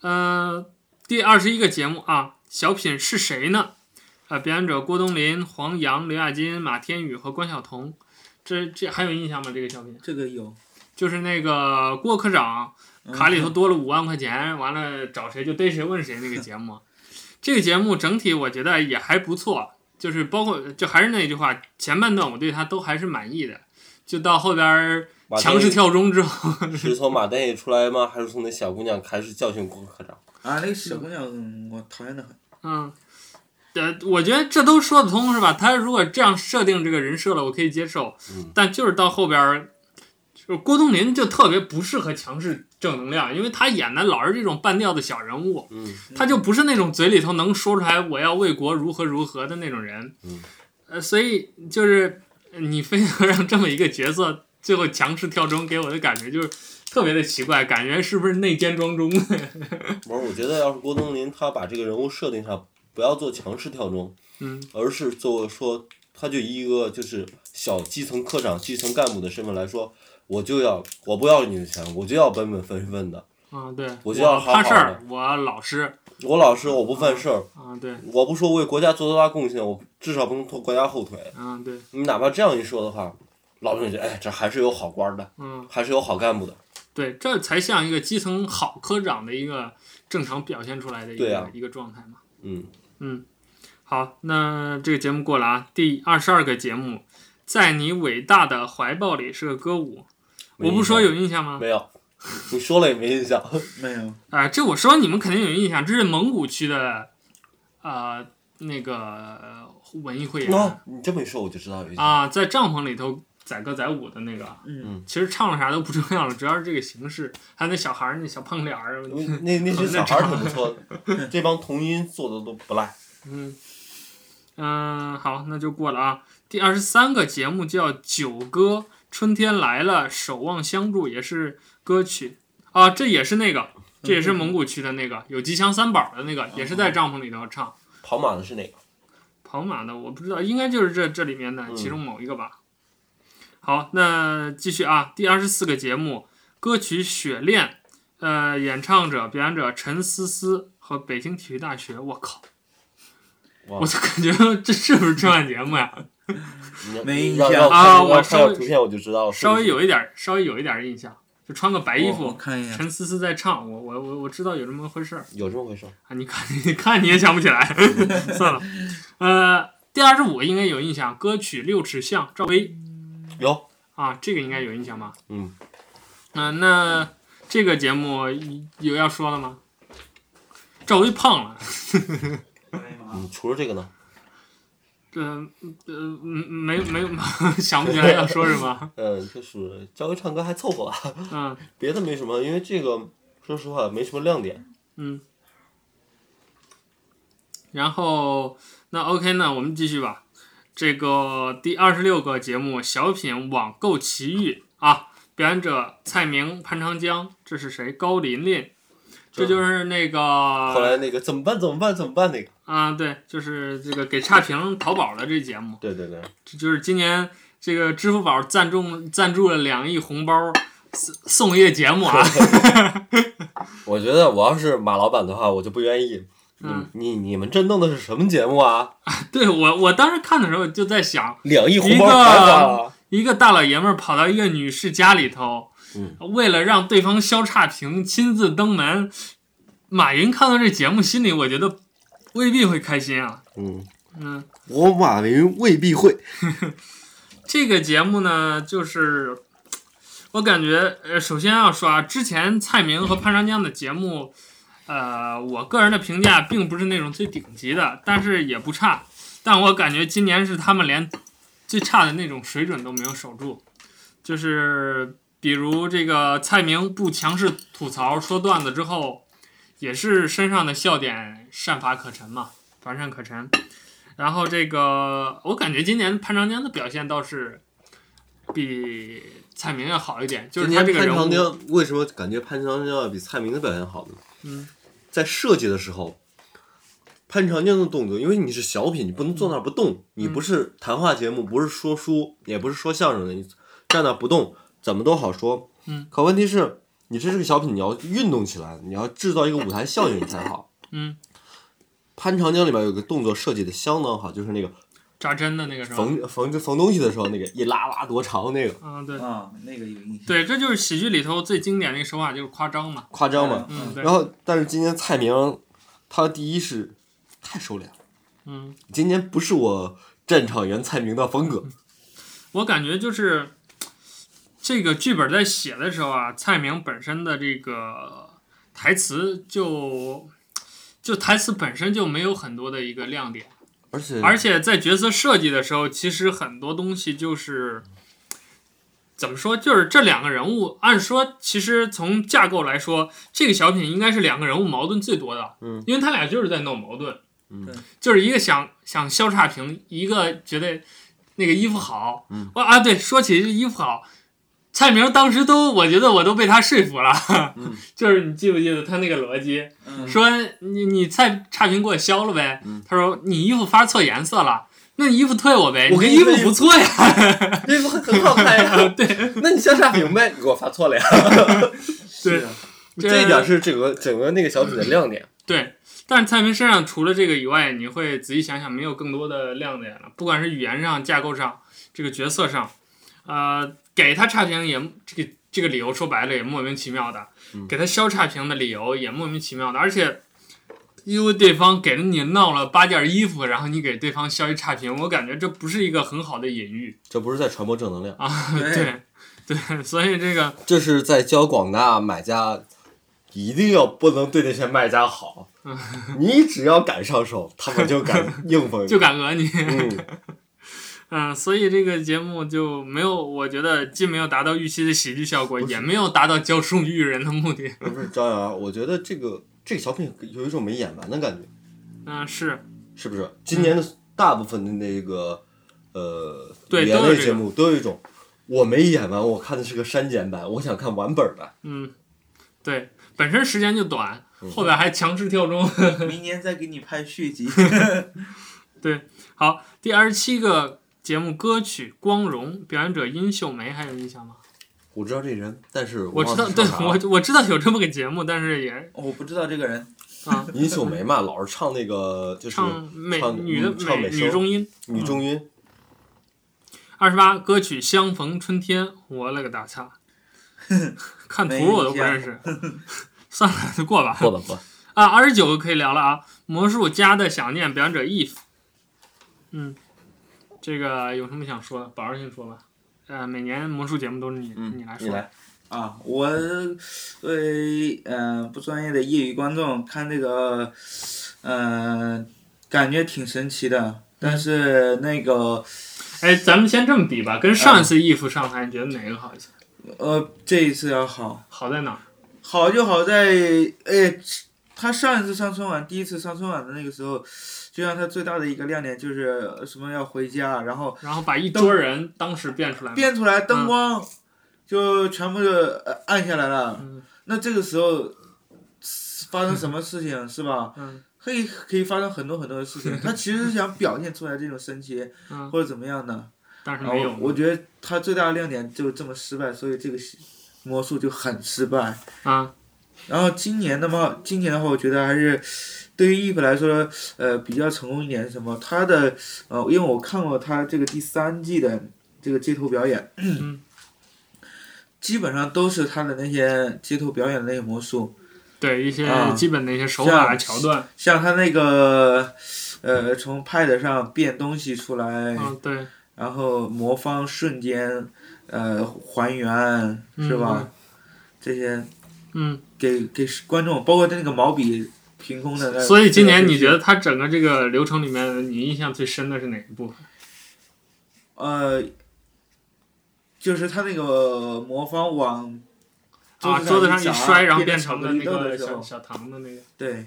呃，第二十一个节目啊，小品是谁呢？呃，表演者郭冬临、黄洋、刘亚金、马天宇和关晓彤。这这还有印象吗？这个小品这个有。就是那个郭科长嗯卡里头多了五万块钱，完了找谁就逮谁问谁那个节目，这个节目整体我觉得也还不错，就是包括就还是那句话，前半段我对他都还是满意的，就到后边儿马强势跳钟之后，丹是从马丹也出来吗？还是从那小姑娘开始教训郭科长？啊，那个小姑娘，嗯我讨厌的很。嗯，呃，我觉得这都说得通是吧？他如果这样设定这个人设了，我可以接受嗯，但就是到后边儿，就是郭冬临就特别不适合强势正能量，因为他演的老是这种半吊子小人物，嗯，他就不是那种嘴里头能说出来我要为国如何如何的那种人。嗯呃，所以就是你非要让这么一个角色最后强势跳钟，给我的感觉就是特别的奇怪，感觉是不是内奸庄中？ 不是，我觉得要是郭冬临他把这个人物设定上，不要做强势跳钟，嗯而是做说，他就以一个就是小基层科长、基层干部的身份来说，我就要我不要你的钱，我就要本本分分的，啊，对，我就要好怕好的事儿，我老实我老实，我不犯事儿，啊，对，我不说为国家做多大贡献，我至少不能拖国家后腿。啊对，你哪怕这样一说的话，老百姓觉得哎，这还是有好官的，嗯还是有好干部的。对，这才像一个基层好科长的一个正常表现出来的一对个、啊一个状态嘛。嗯，嗯，好，那这个节目过了啊，第二十二个节目，在你伟大的怀抱里是个歌舞，没我不说印有印象吗象？没有，你说了也没 印象。没有，啊、这我说你们肯定有印象，这是蒙古区的，呃，那个呃文艺汇演、那哦你这么一说，我就知道有印象。啊，在帐篷里头载歌载舞的那个，嗯其实唱了啥都不重要了，主要是这个形式，还有那小孩儿那小胖脸儿， 那那些小孩儿挺不错的，这帮童音做的都不赖。嗯嗯，好，那就过了啊。第二十三个节目叫《九歌》，春天来了，守望相助也是歌曲啊，这也是那个，这也是蒙古区的那个有吉祥三宝的那个，也是在帐篷里头唱。跑马的是哪个？跑马的我不知道，应该就是这这里面的嗯其中某一个吧。好，那继续啊，第二十四个节目歌曲《雪恋》，呃，演唱者、表演者陈思思和北京体育大学。我靠，哇我就感觉这是不是春晚节目呀？你要没印要象要啊看我要稍看到微图片我就知道了。稍微是不有是一点儿，稍微有一点儿印象，就穿个白衣我我服，看一眼，陈思思在唱。我我我我知道有这么回事儿。有这么回事儿。啊，你看，你看你也想不起来， 算了。呃，第二十五个应该有印象，歌曲《六尺巷》赵薇有，啊，这个应该有印象吧？嗯，嗯、那这个节目有要说的吗？赵薇胖了，嗯，除了这个呢？这呃嗯没没 有想不起来要说什么，嗯，就是赵薇唱歌还凑合吧，嗯别的没什么，因为这个说实话没什么亮点。嗯。然后那 OK 那我们继续吧。这个第二十六个节目小品网购奇遇啊，表演者蔡明、潘长江，这是谁？高琳琳，这就是那个后来那个怎么办？怎么办？怎么办？那个，啊，对，就是这个给差评淘宝的这节目，对对对，这就是今年这个支付宝赞助赞助了两亿红包送送业节目啊，我觉得我要是马老板的话，我就不愿意。嗯你你你们这弄的是什么节目啊？对我我当时看的时候就在想，两亿一红个啊包白花了。一个大老爷们儿跑到一个女士家里头，嗯为了让对方消差评，亲自登门。马云看到这节目，心里我觉得未必会开心啊。嗯，嗯，我马云未必会。这个节目呢，就是我感觉，呃，首先要说啊，之前蔡明和潘长江的节目，呃，我个人的评价并不是那种最顶级的，但是也不差。但我感觉今年是他们连最差的那种水准都没有守住，就是比如这个蔡明不强势吐槽说段子之后，也是身上的笑点善发可陈嘛，乏善可陈。然后这个我感觉今年潘长江的表现倒是比蔡明要好一点，就是他这个潘人长物，江为什么感觉潘长江要比蔡明的表现好呢？嗯，在设计的时候，潘长江的动作，因为你是小品，你不能坐那儿不动，你不是谈话节目，不是说书，也不是说相声的，你站那儿不动，怎么都好说。嗯，可问题是，你这是个小品，你要运动起来，你要制造一个舞台效应才好。嗯， 潘长江里面有个动作设计的相当好，就是那个扎针的那个是吧？缝缝缝东西的时候，那个一拉拉多长那个嗯，对啊，那个有印象，对，这就是喜剧里头最经典的一个手法，就是夸张嘛。夸张嘛。嗯，对然，后，但是今年蔡明，他第一是太收敛了，嗯。今年不是我战场原蔡明的风格。我感觉就是这个剧本在写的时候啊，蔡明本身的这个台词就就台词本身就没有很多的一个亮点，而且而且在角色设计的时候，其实很多东西就是。怎么说？就是这两个人物，按说其实从架构来说，这个小品应该是两个人物矛盾最多的，嗯，因为他俩就是在闹矛盾，嗯对，就是一个想想消差评，一个觉得那个衣服好，嗯，哇啊，对，说起这衣服好，蔡明当时都我觉得我都被他说服了，嗯 就是你记不记得他那个逻辑，嗯，说你你蔡差评给我消了呗，嗯他说你衣服发错颜色了，那你衣服退我呗，我你给这你衣服退不啊错呀，这不很好看 呀？对，那你相差明白，你给我发错了呀。对是啊这 这一点是整个整个那个小品的亮点。 对，但是蔡明身上除了这个以外，你会仔细想想，没有更多的亮点了。不管是语言上、架构上、这个角色上，呃，给他差评也这个这个理由说白了也莫名其妙的，嗯给他消差评的理由也莫名其妙的，而且因为对方给了你闹了八件衣服，然后你给对方消一差评，我感觉这不是一个很好的隐喻这不是在传播正能量，啊，对对哎对， 所以这个这是在教广大买家一定要不能对那些卖 家好，你只要敢上手，他们就敢应 付你。就敢讹你，嗯，嗯，所以这个节目就没有，我觉得既没有达到预期的喜剧效果，不是也没有达到教书育人的目的。不是张扬，我觉得这个这个小品有一种没演完的感觉，嗯，是是不是？今年的大部分的那个呃对语言都有类这节目都有一种。我没演完，我看的是个删减版，我想看完本的。嗯对，本身时间就短，嗯后边还强制跳钟。 明年再给你拍续集。好，第二十七个节目歌曲《光荣》，表演者殷秀梅，还有印象吗？我知道这人，但是我知忘道，了对是啥我我知道有这么个节目，但是也我不知道这个人，啊，尹秀梅嘛，老是唱那个就是唱嗯美唱女的嗯唱美美女声中音。女中音，二十八歌曲《相逢春天》，我了个大擦！ 看图我都不认识， 算了，就过吧。过吧过吧。啊，二十九个可以聊了啊，《魔术家的想念》表演者 if，嗯，这个有什么想说的？宝儿先说吧。呃，每年魔术节目都是你、嗯，你来你说，来，啊，我作为呃不专业的业余观众看这个，呃，感觉挺神奇的。嗯但是那个哎，咱们先这么比吧，跟上一次 if 上台，你觉得哪个好一些？呃，这一次要好，好在哪儿？好就好在哎，他上一次上春晚，第一次上春晚的那个时候，就让他最大的一个亮点就是什么要回家，然后然后把一桌人当时变出来吗，变出来嗯灯光，就全部就呃暗下来了。嗯那这个时候发生什么 事情啊是吧？嗯可以可以发生很多很多的事情。他其实是想表现出来这种神奇嗯，或者怎么样的。但 是然没有后。我觉得他最大的亮点就这么失败，所以这个魔术就很失败。啊，然后今年的话，今年的话，我觉得还是对于 if 来说，呃，比较成功一点是什么？他的呃，因为我看过他这个第三季的这个街头表演，嗯 基本上都是他的那些街头表演的那些魔术，对一些啊基本的一些手这法样桥段，像他那个呃，从 pad 上变东西出来，嗯，对，然后魔方瞬间呃还原是吧？嗯这些嗯，给给观众，包括那个毛笔凭空的那。所以今年呃那个你觉得它整个这个流程里面，你印象最深的是哪一部分？呃，就是他那个魔方往啊，桌桌子子上上一一砸摔，然后变成成了巧克力那豆个的时小候小糖的那个。对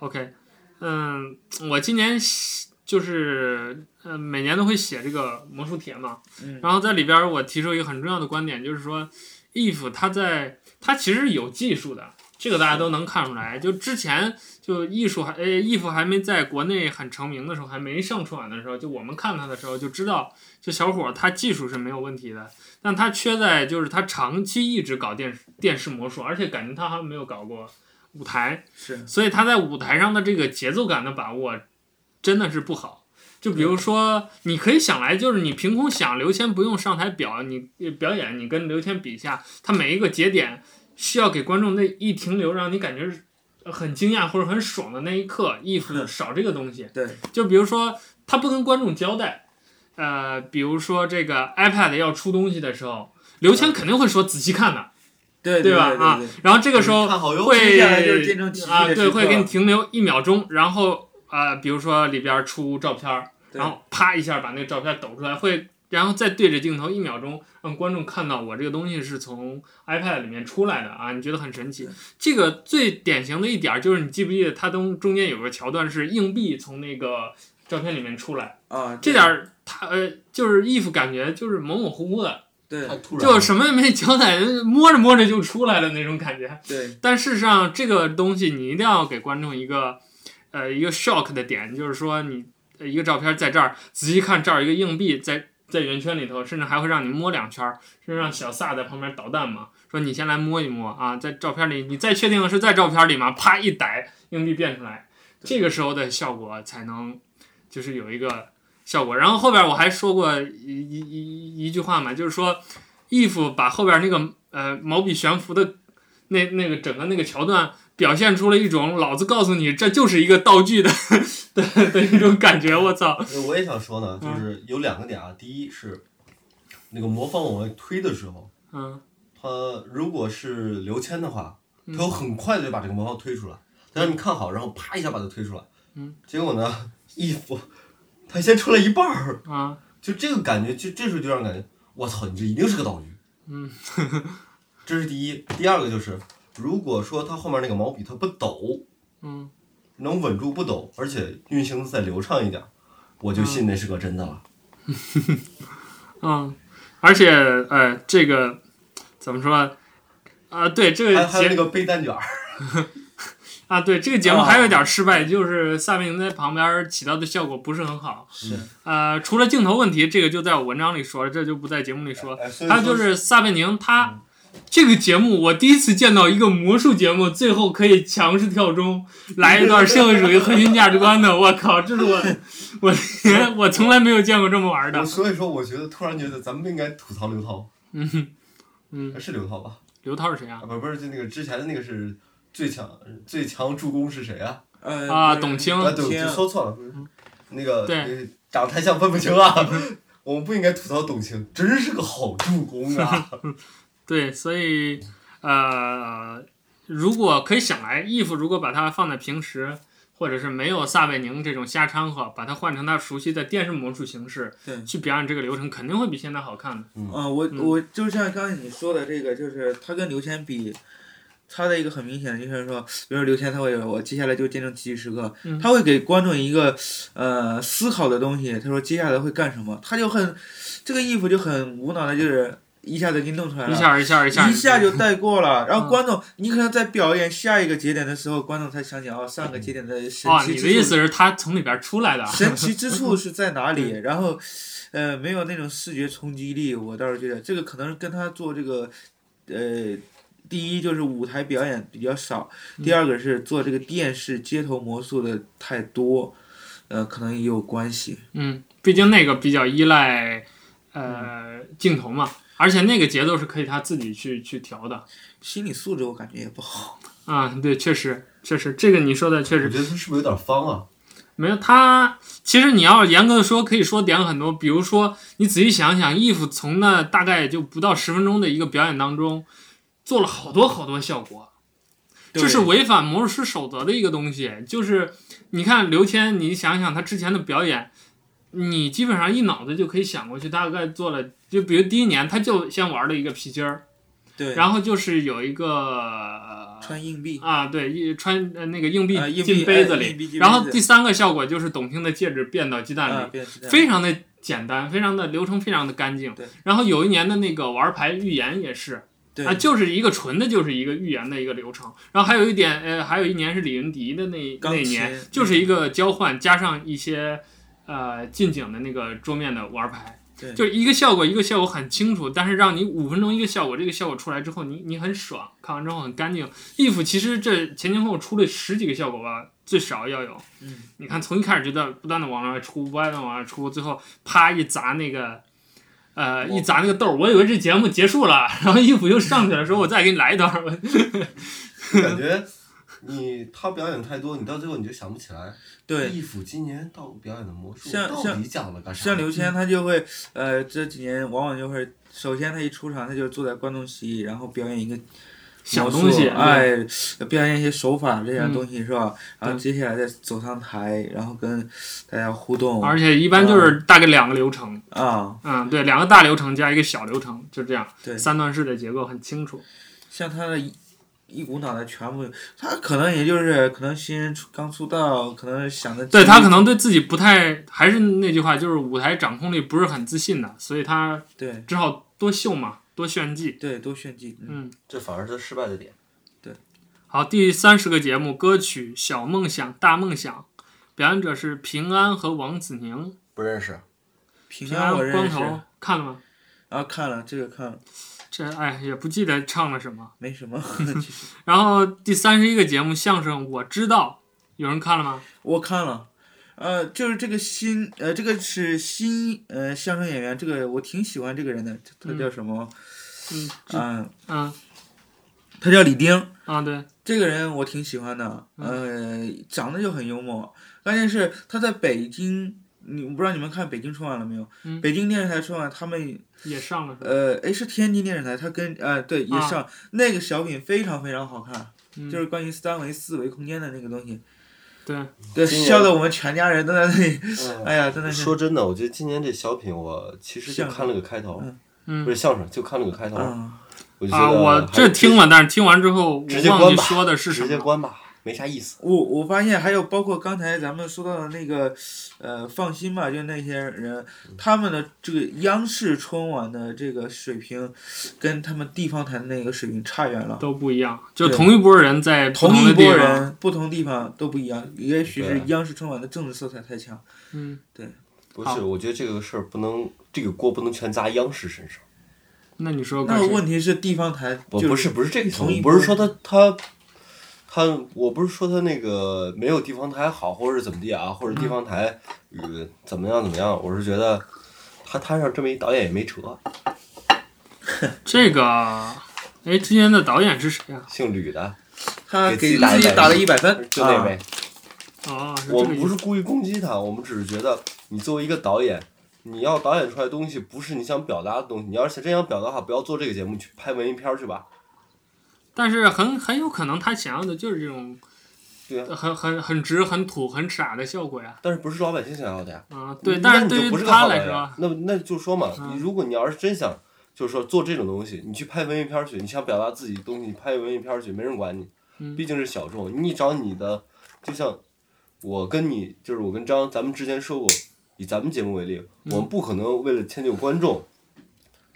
OK，嗯，我今年写就是嗯、呃每年都会写这个魔术帖嘛，嗯然后在里边儿我提出一个很重要的观点，就是说，if 它在它其实有技术的，这个大家都能看出来。就之前就艺术还呃 if 还没在国内很成名的时候，还没上春晚的时候，就我们看他的时候就知道，这小伙儿他技术是没有问题的，但他缺在就是他长期一直搞电视电视魔术，而且感觉他还没有搞过舞台。是所以他在舞台上的这个节奏感的把握真的是不好。就比如说，你可以想来，就是你凭空想刘谦不用上台表，你呃表演，你跟刘谦比一下，他每一个节点需要给观众那一停留，让你感觉是呃很惊讶或者很爽的那一刻，艺 术少这个东西。对就比如说他不跟观众交代，呃，比如说这个 iPad 要出东西的时候，刘谦肯定会说仔细看的，对对对吧？啊对，然 后这个时候看好哟，会接下来就是见证奇迹的啊，对，时刻会给你停留一秒钟，然后啊、呃比如说里边出照片儿，对然后啪一下把那个照片抖出来，会然后再对着镜头一秒钟，让观众看到我这个东西是从 iPad 里面出来的啊，你觉得很神奇。这个最典型的一点儿就是，你记不记得它中中间有个桥段是硬币从那个照片里面出来，啊，这点儿它呃就是衣服感觉就是模模糊糊的，对太突然了，就什么也没交代，呃摸着摸着就出来了那种感觉。对但事实上，这个东西你一定要给观众一个，呃，一个 shock 的点，就是说你呃一个照片在这儿，仔细看这儿有一个硬币在在圆圈里头，甚至还会让你摸两圈儿，甚至让小萨在旁边捣蛋嘛，说你先来摸一摸啊，在照片里，你再确定是在照片里吗？啪一逮，硬币变出来，这个时候的效果才能就是有一个效果。然后后边我还说过一一一一句话嘛，就是说 if 把后边那个呃毛笔悬浮的那那个整个那个桥段表现出了一种老子告诉你这就是一个道具的的的一种感觉，我操！我也想说呢，嗯就是有两个点啊。第一是那个魔方往外推的时候，嗯，它如果是刘谦的话，他有很快的就把这个魔方推出来，他让你看好，然后啪一下把它推出来。嗯，结果呢，一服他先出来一半儿，啊，就这个感觉，就这时候就让人感觉，我操，你这一定是个道具。嗯， 这是第一。第二个就是，如果说他后面那个毛笔它不抖，嗯，能稳住不抖，而且运行再流畅一点，我就信那是个真的了。嗯，而且呃，这个怎么说啊、对这还个还有节那个背蛋卷儿，啊，对这个节目啊还有一点失败，就是萨宾在旁边起到的效果不是很好。是呃，除了镜头问题，这个就在我文章里说了，这就不在节目里说。哎所以还有就说是撒贝宁，他这个节目我第一次见到一个魔术节目，最后可以强势跳钟，来一段社会主义核心价值观的，我靠，这是我我我从来没有见过这么玩我的。所以说，我觉得突然觉得咱们不应该吐槽刘涛，嗯嗯，是刘涛吧？刘涛是谁啊啊，？不不是，就那个之前的那个是最强最强助攻是谁啊？呃啊董卿啊，嗯对，我就说错了，不是那个对那个长得太像分不清啊。我们不应该吐槽董卿，真是个好助攻啊！对，所以呃，如果可以想来，if 如果把它放在平时，或者是没有撒贝宁这种瞎掺和，把它换成他熟悉的电视魔术形式对，去表演这个流程，肯定会比现在好看的。啊、我嗯我就像刚才你说的这个，就是他跟刘谦比，他的一个很明显的就是说，比如说刘谦他会有我接下来就见证奇迹时刻，嗯他会给观众一个呃思考的东西，他说接下来会干什么，他就很这个衣服就很无脑的，就是一下子给你弄出来一了。下儿一下儿一下儿啊一下就带过了，然后嗯观众，你可能在表演下一个节点的时候，观众才想起哦，上个节点的神哦，奇你之的意处思是他从里边儿出来的？啊神奇之 处是在哪里？然后，呃，没有那种视觉冲击力，我倒是觉得这个可能跟他做这个，呃，第一就是舞台表演比较少，嗯第二个是做这个电视街头魔术的太多，呃，可能也有关系。嗯，毕竟那个比较依赖呃镜头嘛，而且那个节奏是可以他自己去去调的。心理素质我感觉也不好。 啊，对，确实确实，这个你说的确我实觉得他是不是有点方啊？没有他。其实你要严格的说，可以说点很多，比如说你仔细想想，if 从那大概也就不到十分钟的一个表演当中，做了好多好多效果。这是违反魔术师守则的一个东西。就是你看刘谦，你想想他之前的表演，你基本上一脑子就可以想过去，大概做了。就比如第一年，他就先玩了一个皮筋儿，对，然后就是有一个穿硬币，啊，对，一穿呃那个硬币啊硬币进杯子哎硬币里，进杯子然后第三个效果就是董卿的戒指变到鸡蛋啊，里，变成这样非常的简单，非常的流程非常的干净对。然后有一年的那个玩牌预言也是，对啊，就是一个纯的，就是一个预言的一个流程。然后还有一点，呃，还有一年是李云迪的那那钢琴年，就是一个交换加上一些呃近景的那个桌面的玩牌，对就是一个效果一个效果很清楚，但是让你五分钟一个效果，这个效果出来之后你你很爽，看完之后很干净。if 其实这前前后后出了十几个效果吧，最少要有。嗯，你看从一开始就在不断的往外出，不断的往外出，最后啪一砸那个。呃，一砸那个豆儿，我以为这节目结束了， 然后 if 又上去了，说我再给你来一段儿。感觉你他表演太多，你到最后你就想不起来。对。艺府今年到表演的魔术像到底讲了个啥？啊像刘嗯谦，他就会，呃，这几年往往就会，首先他一出场，他就坐在观众席，然后表演一个小东西，哎，表演一些手法这样嗯东西是吧？然后接下来再走上台，然后跟大家互动而且一般就是大概两个流程，啊。嗯，对，两个大流程加一个小流程，就这样，对，三段式的结构很清楚。像他的一一股脑的全部，他可能也就是可能新人出刚出道，可能想的对他可能对自己不太，还是那句话，就是舞台掌控力不是很自信的，所以他对只好多秀嘛，多炫技。对多炫技，嗯嗯，这反而是失败的点。好，第三十个节目歌曲《小梦想大梦想》，表演者是平安和王子宁。不认识，平平安安我认光识，头看了吗？啊看了这个看了这哎也不记得唱了什么。没什么，其实然后第三十一个节目相声，我知道，有人看了吗？我看了。呃，就是这个新，呃，这个是新，呃，相声演员，这个我挺喜欢这个人的，他嗯叫什么？嗯嗯，嗯他叫李丁，啊，对，这个人我挺喜欢的，嗯呃，长得就很幽默，关键是他在北京，你我不知道你们看北京春晚了没有？嗯北京电视台春晚他们也上了是吧，呃，诶，是天津电视台，他跟呃对也啊上、那个小品非常非常好看，嗯就是关于三维四维空间的那个东西，对，对，今年笑得我们全家人都在那里，嗯哎呀，真的是，说真的，我觉得今年这小品我其实就看了个开头，嗯不是相声，就看了个开头，嗯，我就觉得啊，我还这是听了，但是听完之后直我接忘关记吧说的是什直接么。关吧，没啥意思。我我发现还有包括刚才咱们说到的那个，呃，放心吧，就那些人，嗯他们的这个央视春晚的这个水平，跟他们地方台的那个水平差远了。都不一样，就对同一波人在不同一的地波方，人，不同地方都不一样，也许是对央视春晚的政治色彩太强。嗯，不好是，我觉得这个事儿不能，这个锅不能全砸央视身上。那你说那怪谁问题是地方台我就不是不是这个意思，同一我不是说波他他他，我不是说他那个没有地方台好，或者是怎么地啊，或者嗯地方台呃怎么样怎么样，我是觉得他摊上这么一导演也没辙，这个？哎，之前的导演是谁啊？姓吕的他给自给己打自己100打了分一百分，就那啊位。哦，是我这个们意不思是故意攻击他，我们只是觉得你作为一个导演，你要导演出来的东西不是你想表达的东西。你要是真想表达的话，不要做这个节目，去拍文艺片儿去吧。但是很很有可能他想要的就是这种对啊，很很很直、很土、很傻的效果呀。但是不是老百姓想要的呀？啊，对，嗯那但你是就对不是于个好他导来演说，，那那就说嘛，嗯你如果你要是真想，就是说做这种东西，你去拍文艺片儿去，你想表达自己的东西，你拍文艺片儿去，没人管你嗯，毕竟是小众。你找你的，就像我跟你，就是我跟张，咱们之前说过，以咱们节目为例，我们不可能为了迁就观众。嗯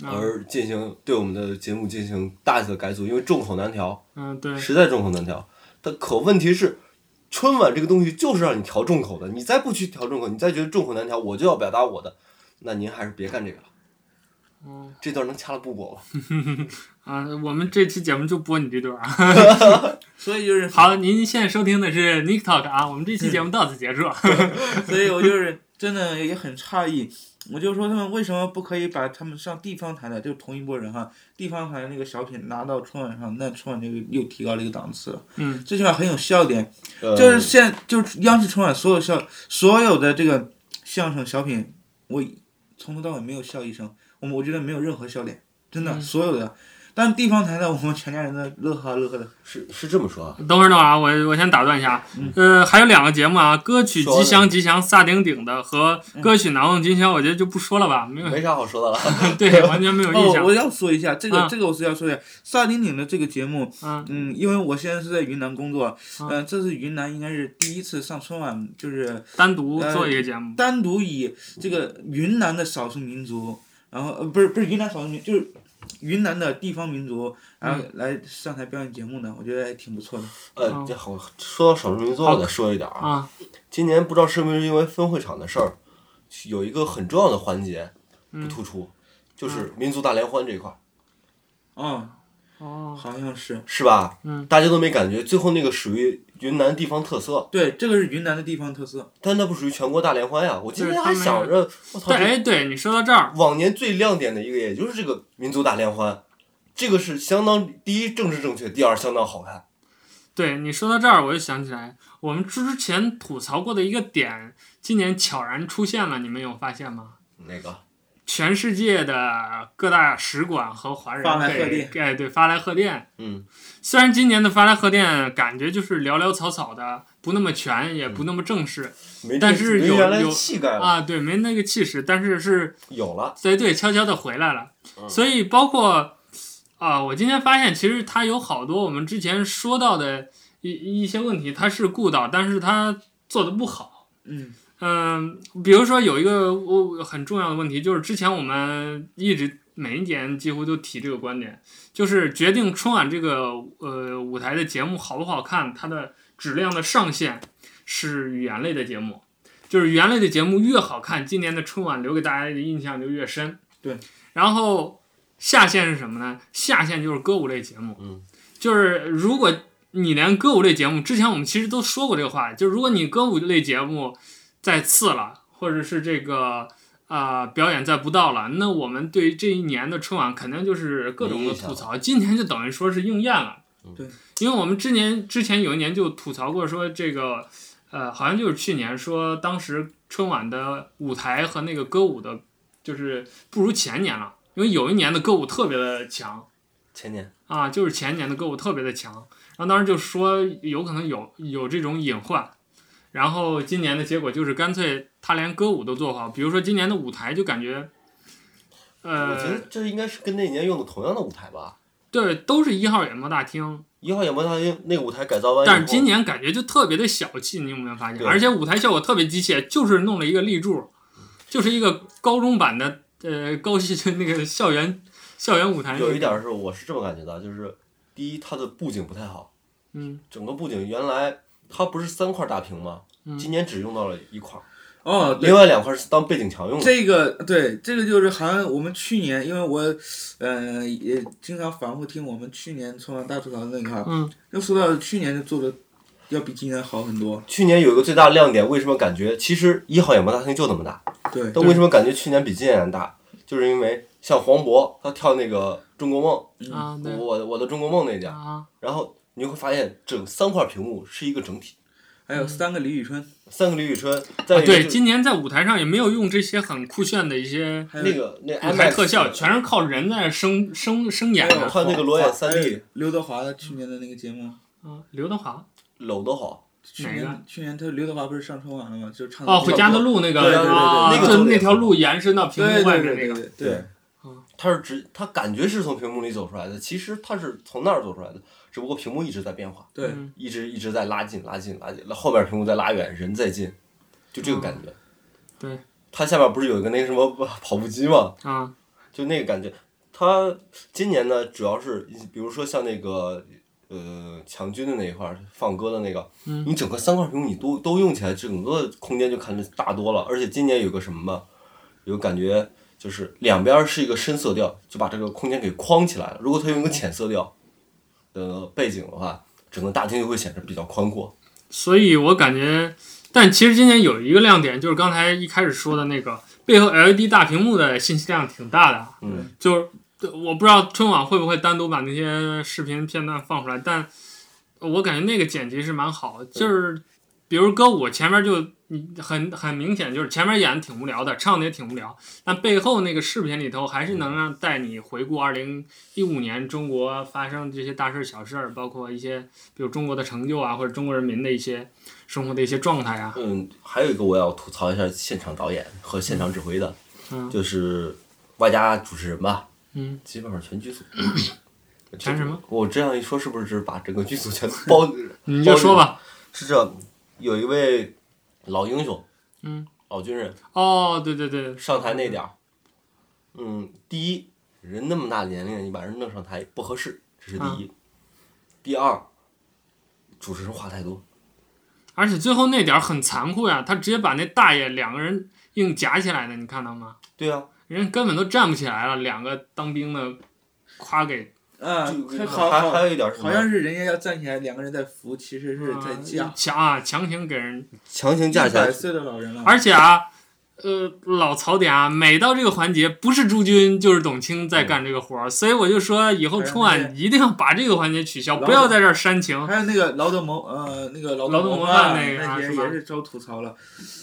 而进行对我们的节目进行大的改组，因为众口难调，嗯，对，实在众口难调。但可问题是，春晚这个东西就是让你调众口的，你再不去调众口，你再觉得众口难调，我就要表达我的，那您还是别干这个了。嗯这段能掐了不播吧？啊，我们这期节目就播你这段儿啊。所以就是，好，您现在收听的是 Nick Talk 啊，我们这期节目到此结束。啊所以我就是真的也很诧异，我就说他们为什么不可以把他们上地方台的，就同一波人哈，地方台那个小品拿到春晚上，那春晚这个又提高了一个档次了。嗯，最起码很有笑点。呃就是现就是央视春晚所有笑所有的这个相声小品，我从头到尾没有笑一声，我们我觉得没有任何笑点，真的、嗯所有的。但地方台的我们全家人的乐呵乐呵的，是是这么说啊，等会儿，等会儿啊，我我先打断一下。呃，还有两个节目啊，歌曲说吉的祥吉祥萨顶顶的和歌曲难忘今宵，我觉得就不说了吧，没有没啥好说的 了。对，完全没有印哦，象。我要说一下这个、啊这个我是要说一下萨顶顶的这个节目，嗯嗯，因为我现在是在云南工作，嗯、这是云南应该是第一次上春晚，就是单独做一个节目，单独以这个云南的少数民族，然后呃不是不是云南少数民族，就是云南的地方民族，然后来上台表演节目呢，我觉得还挺不错的。嗯呃，这好，说到少数民族，我再说一点啊。啊，今年不知道是不是因为分会场的事儿，有一个很重要的环节嗯不突出，就是民族大联欢这一块儿，哦，哦，好像是，是吧？嗯，大家都没感觉，最后那个属于云南地方特色。对，这个是云南的地方特色。但那不属于全国大联欢呀！我今对天他还们想着，我操，对，这哎，对你说到这儿，往年最亮点的一个，也就是这个民族大联欢，这个是相当第一政治正确，第二相当好看。对你说到这儿，我就想起来，我们之前吐槽过的一个点，今年悄然出现了，你们有发现吗？那个全世界的各大使馆和华人发来贺给电哎对发来贺电，嗯，虽然今年的发来贺电感觉就是寥寥草草的，不那么全，也嗯不那么正式、没但这是没有原来的有气概了，啊，对，没那个气势，但是是哎有了。对对，悄悄的回来了。嗯所以包括啊、我今天发现其实它有好多我们之前说到的一一些问题，它是顾到，但是它做的不好。嗯，嗯，比如说有一个我很重要的问题，就是之前我们一直每一年几乎都提这个观点，就是决定春晚这个呃舞台的节目好不好看，它的质量的上限是语言类的节目，就是语言类的节目越好看，今年的春晚留给大家的印象就越深。对，然后下限是什么呢？下限就是歌舞类节目，嗯，就是如果你连歌舞类节目，之前我们其实都说过这个话，就是如果你歌舞类节目再次了，或者是这个啊、表演再不到了，那我们对于这一年的春晚肯定就是各种没的印象吐槽。今年就等于说是应验了，对，因为我们之前之前有一年就吐槽过说这个，呃，好像就是去年说当时春晚的舞台和那个歌舞的，就是不如前年了，因为有一年的歌舞特别的强，前年啊，就是前年的歌舞特别的强，然后当时就说有可能有有这种隐患，然后今年的结果就是干脆他连歌舞都做不好，比如说今年的舞台就感觉，我觉呃得，这应该是跟那年用的同样的舞台吧。对，都是一号演播大厅，一号演播大厅那个舞台改造完以后，但是今年感觉就特别的小气，你有没有发现？对而且舞台效果特别机械，就是弄了一个立柱，就是一个高中版的呃高校那个校园校园舞台，有一点是我是这么感觉的，就是第一，它的布景不太好，嗯，整个布景原来它不是三块大屏吗？嗯今年只用到了一块，哦，对另，外两块是当背景墙用的。这个对，这个就是好像我们去年，因为我，呃，也经常反复听我们去年春晚大吐槽那个哈，嗯，就说到去年就做的要比今年好很多，去年有一个最大亮点，为什么感觉其实一号演播大厅就那么大，对，但为什么感觉去年比今年大？就是因为像黄渤他跳那个《中国梦啊，》，对我我的我的中国梦那家，啊，然后你会发现整三块屏幕是一个整体，还有三个李宇春，三个李宇春，再一个啊对，就今年在舞台上也没有用这些很酷炫的一些还有那个那舞呃台 IMAX 特效，全是靠人在那生生生演还有的。看那个裸眼三还 D 有刘德华的去年的那个节目，嗯，刘德华搂得好，去哪个年去年他刘德华不是上春晚了吗？就唱哦，回家的路那个对对对对啊，那就个做得那也条很好路延伸到屏对幕外对面对那对个，对对，他是直他感觉是从屏幕里走出来的，其实他是从那儿走出来的，只不过屏幕一直在变化，对嗯一直一直在拉近拉近拉近，后边屏幕在拉远，人在近，就这个感觉。嗯对，他下边不是有一个那个什么跑步机吗？啊，就那个感觉。他今年呢，主要是比如说像那个呃强军的那一块儿放歌的那个，嗯你整个三块屏幕你都都用起来，整个空间就看着大多了。而且今年有个什么吧，有感觉就是两边儿是一个深色调，就把这个空间给框起来了。如果他用一个浅色调的背景的话，整个大厅就会显得比较宽阔。所以我感觉，但其实今年有一个亮点，就是刚才一开始说的那个背后 LED 大屏幕的信息量挺大的，啊嗯，就是我不知道春晚会不会单独把那些视频片段放出来，但我感觉那个剪辑是蛮好的，就是比如歌舞前面就你很很明显，就是前面演的挺无聊的，唱的也挺无聊，但背后那个视频里头还是能让带你回顾二零一五年中国发生这些大事儿小事儿，包括一些比如中国的成就啊，或者中国人民的一些生活的一些状态啊，嗯，还有一个我要吐槽一下现场导演和现场指挥的，嗯就是外加主持人吧，嗯，基本上全剧组。 全什么？我这样一说，是不是只把整个剧组全 包？你就说吧，是这，有一位老英雄，嗯，老军人哦，对对对，上台那点儿，嗯，第一，人那么大年龄，你把人弄上台不合适，这是第一。嗯第二，主持人话太多，而且最后那点儿很残酷呀，他直接把那大爷两个人硬夹起来的，你看到吗？对啊，人根本都站不起来了，两个当兵的夸给啊，就他好还还好有一点是什好像么？是人家要站起来，两个人在扶，其实是在啊架。强啊强行给人，强行一架起来百，岁的老人了，而且啊，呃，老槽点啊，每到这个环节，不是朱军就是董卿在干这个活儿，所以我就说以后春还有晚一定要把这个环节取消，哎老不要在这儿煽情。还有那个劳动谋呃那个劳劳动动模范范那个啊也是吧也是遭吐槽了，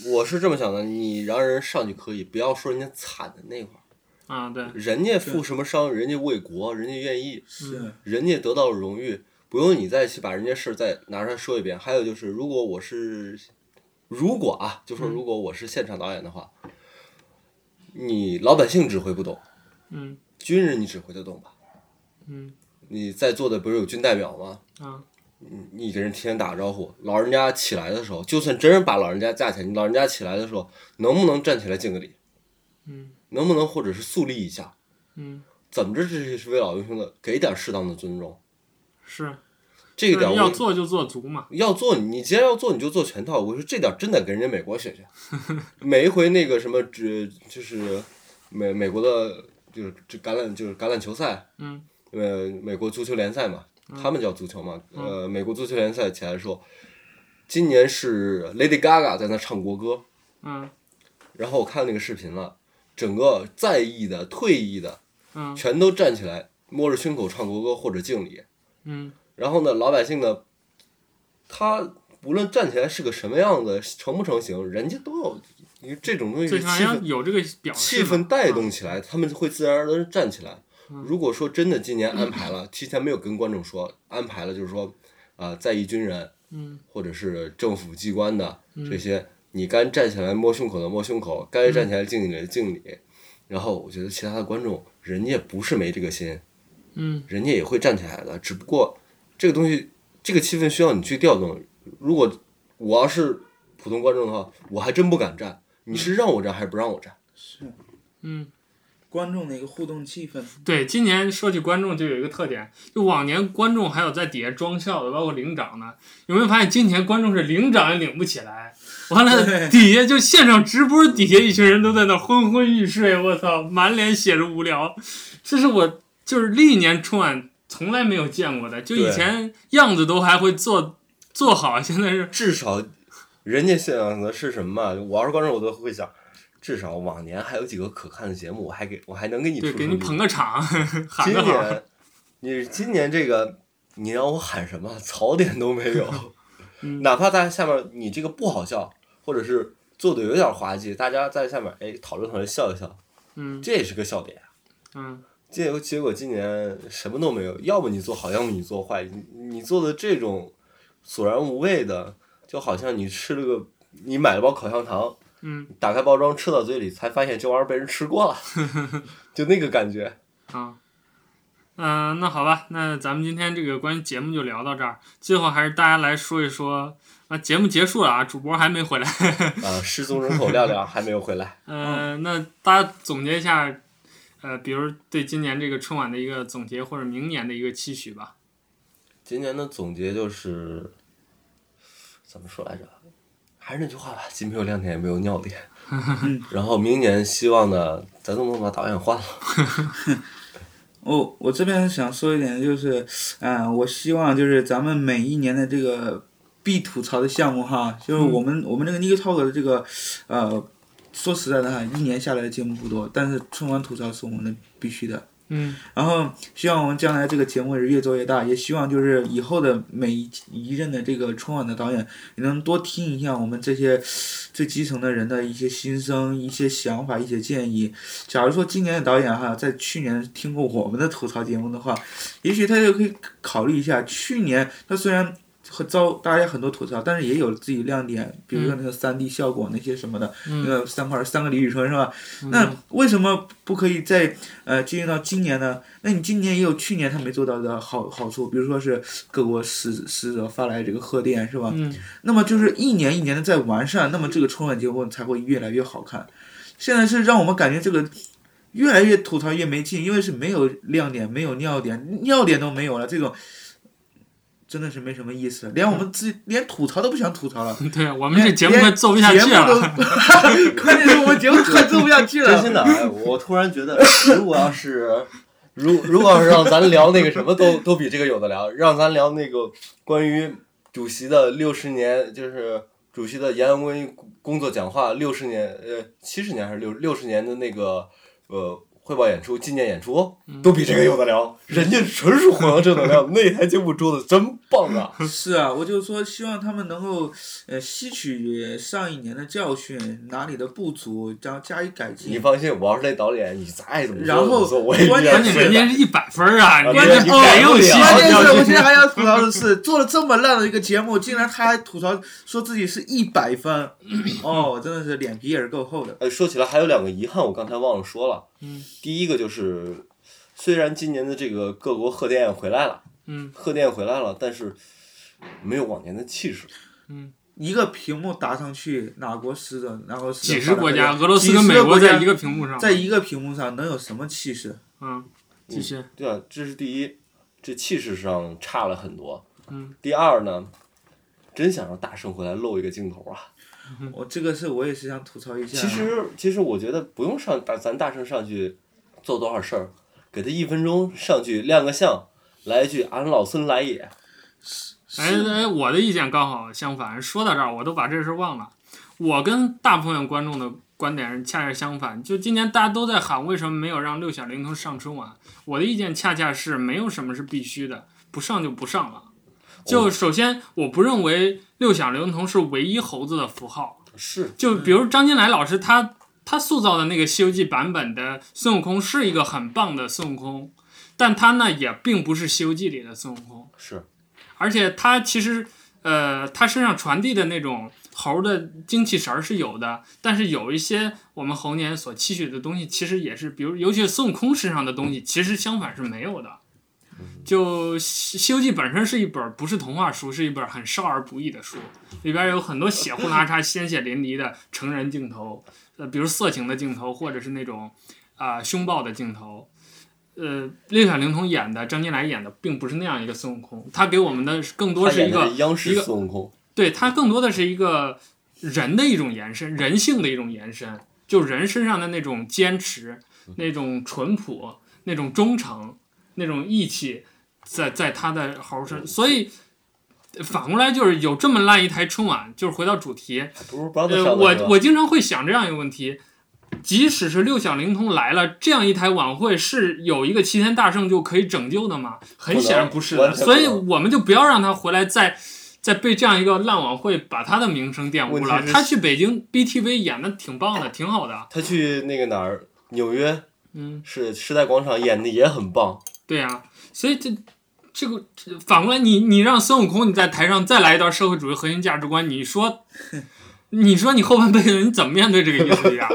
我是这么想的，你让人上去可以，不要说人家惨的那块儿，啊，对，人家负什么伤，人家为国，人家愿意，嗯是人家得到了荣誉，不用你再去把人家事儿再拿出来说一遍。还有就是，如果我是，如果啊，就说如果我是现场导演的话，你老百姓指挥不懂，嗯军人你指挥得懂吧？嗯你在座的不是有军代表吗？啊，你你给人提前打个招呼，老人家起来的时候，就算真是把老人家架起来，你老人家起来的时候，能不能站起来敬个礼？嗯能不能或者是肃立一下？嗯，怎么着，这也是为老英雄的，给点适当的尊重。是，这个点就我是要做就做足嘛。要做，你既然要做，你就做全套。我说这点真得跟人家美国学学。 每一回那个什么，只就是美美国的，就是这橄榄就是橄榄球赛，嗯呃，美国足球联赛嘛，他们叫足球嘛，嗯呃，美国足球联赛起来说，今年是 Lady Gaga 在那唱国歌，嗯然后我看那个视频了，整个在役的、退役的，嗯全都站起来摸着胸口唱国歌或者敬礼。嗯然后呢，老百姓呢，他无论站起来是个什么样子，成不成型，人家都要，因为这种东西最是起气码要氛有这个表示气嘛嗯氛带动起来，他们会自然而然地站起来。如果说真的今年安排了， 提前没有跟观众说安排了，就是说，啊，在役军人嗯或者是政府机关的嗯这些，你该站起来摸胸口的摸胸口，该站起来敬礼的敬礼。然后我觉得其他的观众，人家不是没这个心，嗯人家也会站起来的。只不过这个东西，这个气氛需要你去调动。如果我要是普通观众的话，我还真不敢站。你是让我站还是不让我站？嗯，观众的一个互动气氛，对，今年说起观众就有一个特点，就往年观众还有在底下装笑的，包括领长呢，有没有发现今年观众是领长也领不起来？完了，对底下就现场直播，底下一群人都在那昏昏欲睡，我操，满脸写着无聊，这是我就是历年春晚从来没有见过的，就以对前样子都还会做做好，现在是至少人家想的是什么嘛？我要是观众，我都会想，至少往年还有几个可看的节目，我还给我还能给你对出给你出力捧个场， 喊今个好，年你今年这个，你让我喊什么槽点都没有， 嗯哪怕在下面你这个不好笑，或者是做的有点滑稽，大家在下面哎讨论讨论笑一笑，嗯这也是个笑点啊。嗯结果结果今年什么都没有，要么你做好，要么你做坏，你你做的这种索然无味的，就好像你吃了个你买了包口香糖，嗯打开包装吃到嘴里才发现这玩意儿被人吃过了，就那个感觉。啊，嗯、那好吧，那咱们今天这个关于节目就聊到这儿。最后还是大家来说一说啊，节目结束了啊，主播还没回来。啊，失踪人口亮亮还没有回来。哦呃，那大家总结一下，呃，比如对今年这个春晚的一个总结，或者明年的一个期许吧。今年的总结就是，怎么说来着？还是那句话吧，既没有亮点，也没有尿点。然后明年希望呢，咱能不能把导演换了？我、哦我这边想说一点，就是，嗯、我希望就是咱们每一年的这个必吐槽的项目哈，就是我们、我们这个 Nick Talk 的这个，呃，说实在的哈，一年下来的节目不多，但是春晚吐槽是我们的必须的。嗯然后希望我们将来这个节目也是越做越大，也希望就是以后的每一一任的这个春晚的导演也能多听一下我们这些最基层的人的一些心声、一些想法、一些建议。假如说今年的导演哈在去年听过我们的吐槽节目的话，也许他就可以考虑一下，去年他虽然。和遭大家很多吐槽，但是也有自己亮点，比如说那个三 D 效果那些什么的，那嗯个三块三个李宇春是吧？那嗯为什么不可以在呃进行到今年呢？那你今年也有去年他没做到的好好处，比如说是各国使使者发来这个贺电，是吧？嗯那么就是一年一年的在完善，那么这个春晚节目才会越来越好看。现在是让我们感觉这个越来越吐槽越没劲，因为是没有亮点，没有尿点，尿点都没有了，这种真的是没什么意思了，连我们嗯自己连吐槽都不想吐槽了。对我们这节目快做不下节去目了。都， 关键是我们节目快做不下去了。真心 的，哎我突然 觉得，如果要是，如如果要是让咱聊那个什么都都比这个有的聊，让咱聊那个关于主席的六十年，就是主席的延安关于工作讲话六十年，呃，七十年还是六六十年的那个呃汇报演出纪念演出，嗯都比这个有的聊。人家纯属弘扬正能 量，那台节目做的真棒啊！ 是啊，我就说希望他们能够呃吸取上一年的教训，哪里的不足，然后加以改你进。放心，我要是那导演，你再爱怎么说然后怎么做，我也关键关愿意键的人家是一百分儿啊，你关键这没有哦七对关啊十键掉是我进现在还要吐槽的是，做了这么烂的一个节目，竟然他还吐槽说自己是一百分，哦，真的是脸皮也是够厚的。呃，说起来还有两个遗憾，我刚才忘了说了。嗯，第一个就是，虽然今年的这个各国贺电回来了，嗯贺电回来了，但是没有往年的气势。嗯，一个屏幕打上去，哪国使者，哪国使者几十国家，发俄罗斯几跟十美个国国在家一个屏幕上，在一个屏幕上能有什么气势？嗯，继续，对啊，这是第一，这气势上差了很多。嗯，第二呢，真想让大圣回来露一个镜头啊！我这个是我也是想吐槽一啊下。其实，其实我觉得不用上大，咱大圣上去做多少事儿，给他一分钟上去亮个相，来一句“俺老孙来也哎是哎，我的意见刚好相反。说到这儿，我都把这事儿忘了。我跟大部分观众的观点恰恰相反。就今年大家都在喊为什么没有让六小龄童上春晚，我的意见恰恰是没有什么是必须的，不上就不上了。就首先，我不认为六小龄童是唯一猴子的符号，是就比如张金来老师他，他塑造的那个《西游记》版本的孙悟空是一个很棒的孙悟空，但他呢也并不是《西游记》里的孙悟空，是，而且他其实呃他身上传递的那种猴的精气神儿是有的，但是有一些我们猴年所期许的东西，其实也是，比如尤其是孙悟空身上的东西，其实相反是没有的。就《西西游记》本身是一本不是童话书，是一本很少儿不宜的书，里边有很多血呼啦嚓、鲜血淋漓的成人镜头，呃，比如色情的镜头，或者是那种啊、凶暴的镜头。呃，六小龄童演的，张金来演的，并不是那样一个孙悟空，他给我们的更多他是演一的个央一视个孙悟空，对，它更多的是一个人的一种延伸，人性的一种延伸，就人身上的那种坚持、那种淳朴、那种忠诚、那种义气，在在他的猴身，所以。反过来就是有这么烂一台春晚，就是回到主题，还不如不让他呃，上我呢是吧我经常会想这样一个问题：即使是六小龄童来了，这样一台晚会是有一个齐天大圣就可以拯救的吗？很显然不是不能的，完全所以不能我们就不要让他回来再再被这样一个烂晚会把他的名声玷污了问题。是他去北京 BTV 演的挺棒的，挺好的。啊他去那个哪儿，纽约嗯，是时代广场演的也很棒，对呀、所以这这个这反过来你，你让孙悟空你在台上再来一段社会主义核心价值观，你 说你说你后半辈子你怎么面对这个议题啊？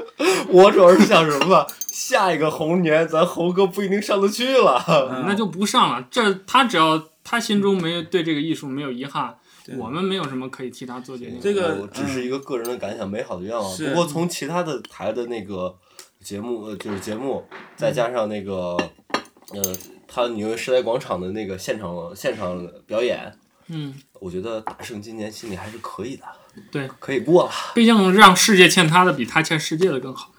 我主要是想什么，下一个猴年咱猴哥不一定上得去了，嗯那就不上了。这他只要他心中没有对这个艺术没有遗憾，对我们没有什么可以替他做决定。这个我只是一个个人的感想，美好的愿望。是不过从其他的台的那个节目，呃，就是节目，再加上那个，呃，他纽约时代广场的那个现场现场表演，嗯，我觉得大圣今年心里还是可以的，对，可以过了。毕竟让世界欠他的比他欠世界的更好。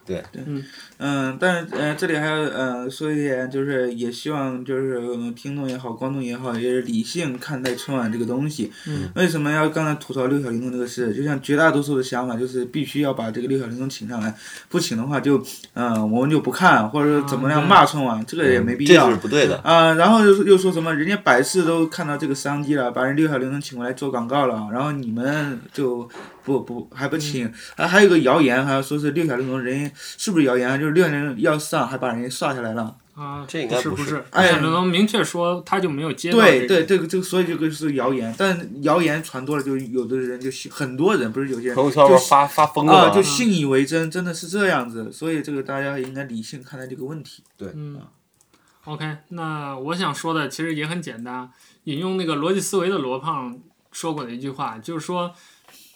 嗯，但是呃，这里还要呃说一点，就是也希望就是呃听众也好，观众也好，也是理性看待春晚这个东西。嗯。为什么要刚才吐槽六小龄童这个事？就像绝大多数的想法，就是必须要把这个六小龄童请上来，不请的话就嗯、呃我们就不看，或者说怎么样骂春晚，这个也没必嗯这要。就是不对的。啊、然后又说又说什么人家百事都看到这个商机了，把人六小龄童请过来做广告了，然后你们就不不还不嗯请，还、还有个谣言，还说是六小龄童人是不是谣言？啊就是六小龄童要上，还把人家刷下来了。啊，这应不该是不不是是，哎可能明确说他就没有接到这对个。对，这个这个，所以这个是谣言，但谣言传多了，就有的人就信，很多人不是有些人朋友圈不就是发发疯了啊、吗？就信以为真，真的是这样子，所以这个大家应该理性看待这个问题。嗯。OK，那我想说的其实也很简单，引用那个逻辑思维的罗胖说过的一句话，就是说，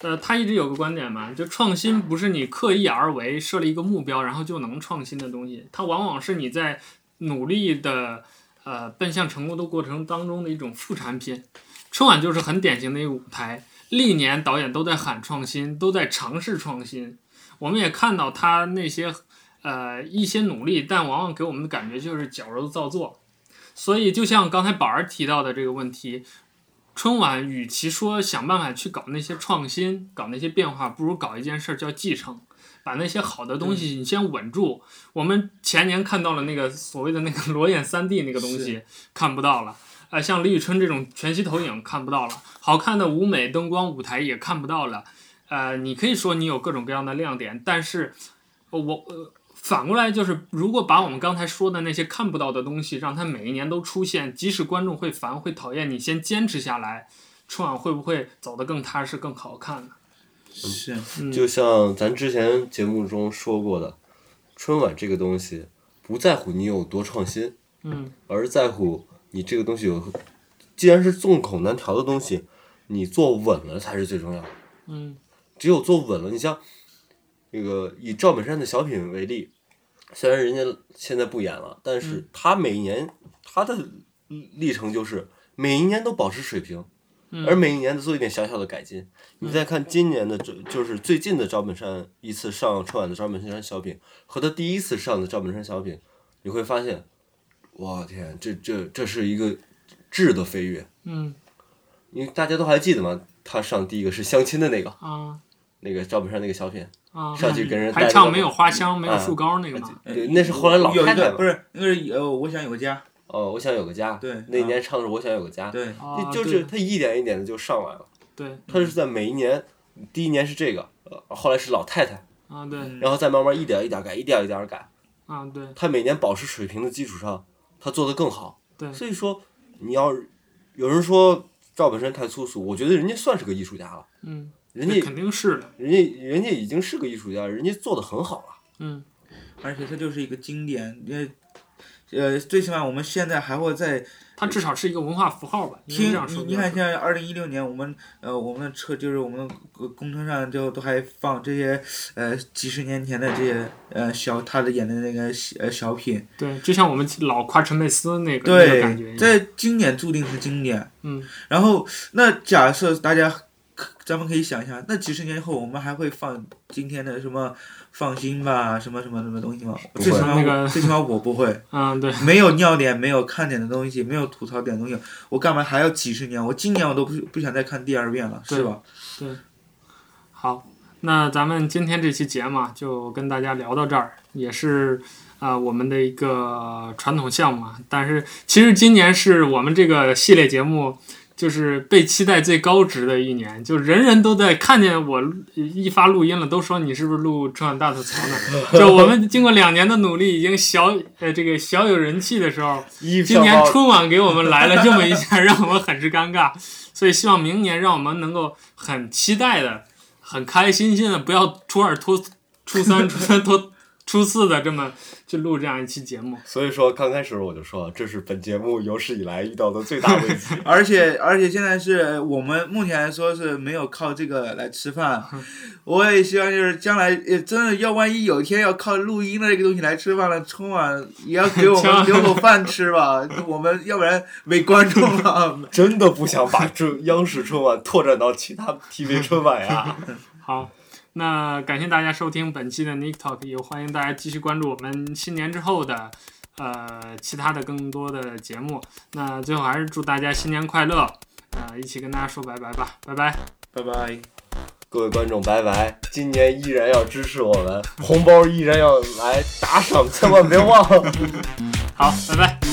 呃，他一直有个观点嘛，就创新不是你刻意而为，设立一个目标然后就能创新的东西，它往往是你在努力的呃奔向成功的过程当中的一种副产品。春晚就是很典型的一个舞台，历年导演都在喊创新，都在尝试创新。我们也看到他那些呃一些努力，但往往给我们的感觉就是矫揉造作。所以，就像刚才宝儿提到的这个问题，春晚与其说想办法去搞那些创新、搞那些变化，不如搞一件事儿叫继承，把那些好的东西你先稳住。我们前年看到了那个所谓的那个裸眼三 D 那个东西看不到了，呃，像李宇春这种全息投影看不到了，好看的舞美、灯光、舞台也看不到了。呃，你可以说你有各种各样的亮点，但是呃我呃反过来就是，如果把我们刚才说的那些看不到的东西，让它每一年都出现，即使观众会烦会讨厌，你先坚持下来，春晚会不会走得更踏实、更好看呢？是，嗯，就像咱之前节目中说过的，春晚这个东西不在乎你有多创新，嗯而在乎你这个东西有，既然是众口难调的东西，你做稳了才是最重要的。嗯只有做稳了，你像那个以赵本山的小品为例，虽然人家现在不演了，但是他每一年他的历程就是每一年都保持水平，嗯而每一年都做一点小小的改进。你再看今年的这就是最近的赵本山一次上春晚的赵本山小品和他第一次上的赵本山小品，你会发现，我天，这这这是一个质的飞跃。嗯因为大家都还记得嘛，他上第一个是相亲的那个，啊，那个赵本山那个小品，啊，上去跟人带还着唱没有花香，没有啊树膏那个嘛， 对，那是后来老哎有太一太个嘛不是那个是呃，我想有个家，哦，我想有个家，对那啊年唱的是我想有个家，对，啊，就对是他一点一点的就上来了，对他是在每一年，第一年是这个，呃后来是老太太，啊，嗯对然后再慢慢一点一点改，一点一点改，啊，对他每年保持水平的基础上，他做得更好。对所以说你要有人说赵本山太粗俗，我觉得人家算是个艺术家了，嗯，人这家肯定是的，人家人家已经是个艺术家，人家做得很好了。嗯而且它就是一个经典，因为呃，最起码我们现在还会在它至少是一个文化符号吧，应该听这样你说。你看，现在二零一六年，我们呃，我们的车就是我们的工工程上就都还放这些呃几十年前的这些呃小他的演的那个小呃小品，对，就像我们老夸陈佩斯那个那个感觉对，一样，这经典注定是经典。嗯，然后那假设大家可咱们可以想一下，那几十年后我们还会放今天的什么放心吧，什么什么什么东西吗？不会最起码那我、个最起码我不会。嗯，对，没有尿点，没有看点的东西，没有吐槽点的东西，我干嘛还要几十年？我今年我都不不想再看第二遍了，对是吧？好，那咱们今天这期节目啊，就跟大家聊到这儿，也是啊、呃我们的一个传统项目啊。但是其实今年是我们这个系列节目就是被期待最高值的一年，就人人都在看见我呃一发录音了，都说你是不是录《春晚大吐槽》呢？ 就我们经过两年的努力，已经小呃这个小有人气的时候，一今年春晚给我们来了这么一下，让我们很是尴尬。所以希望明年让我们能够很期待的、很开心心的，不要初二拖初三、初三拖初四的这么去录这样一期节目。所以说刚开始我就说，这是本节目有史以来遇到的最大危机。 而且而且现在是我们目前来说是没有靠这个来吃饭，我也希望就是将来也真的要万一有一天要靠录音的这个东西来吃饭了，春晚也要给我 千万们留口饭吃吧，我们要不然没观众了。真的不想把春央视春晚拓展到其他 TV 春晚呀。好，那感谢大家收听本期的 Nick Talk，也欢迎大家继续关注我们新年之后的呃其他的更多的节目。那最后还是祝大家新年快乐，呃，一起跟大家说拜拜吧，拜拜。 拜拜。各位观众，拜拜！今年依然要支持我们，红包依然要来打赏，千万别忘了。好，拜拜。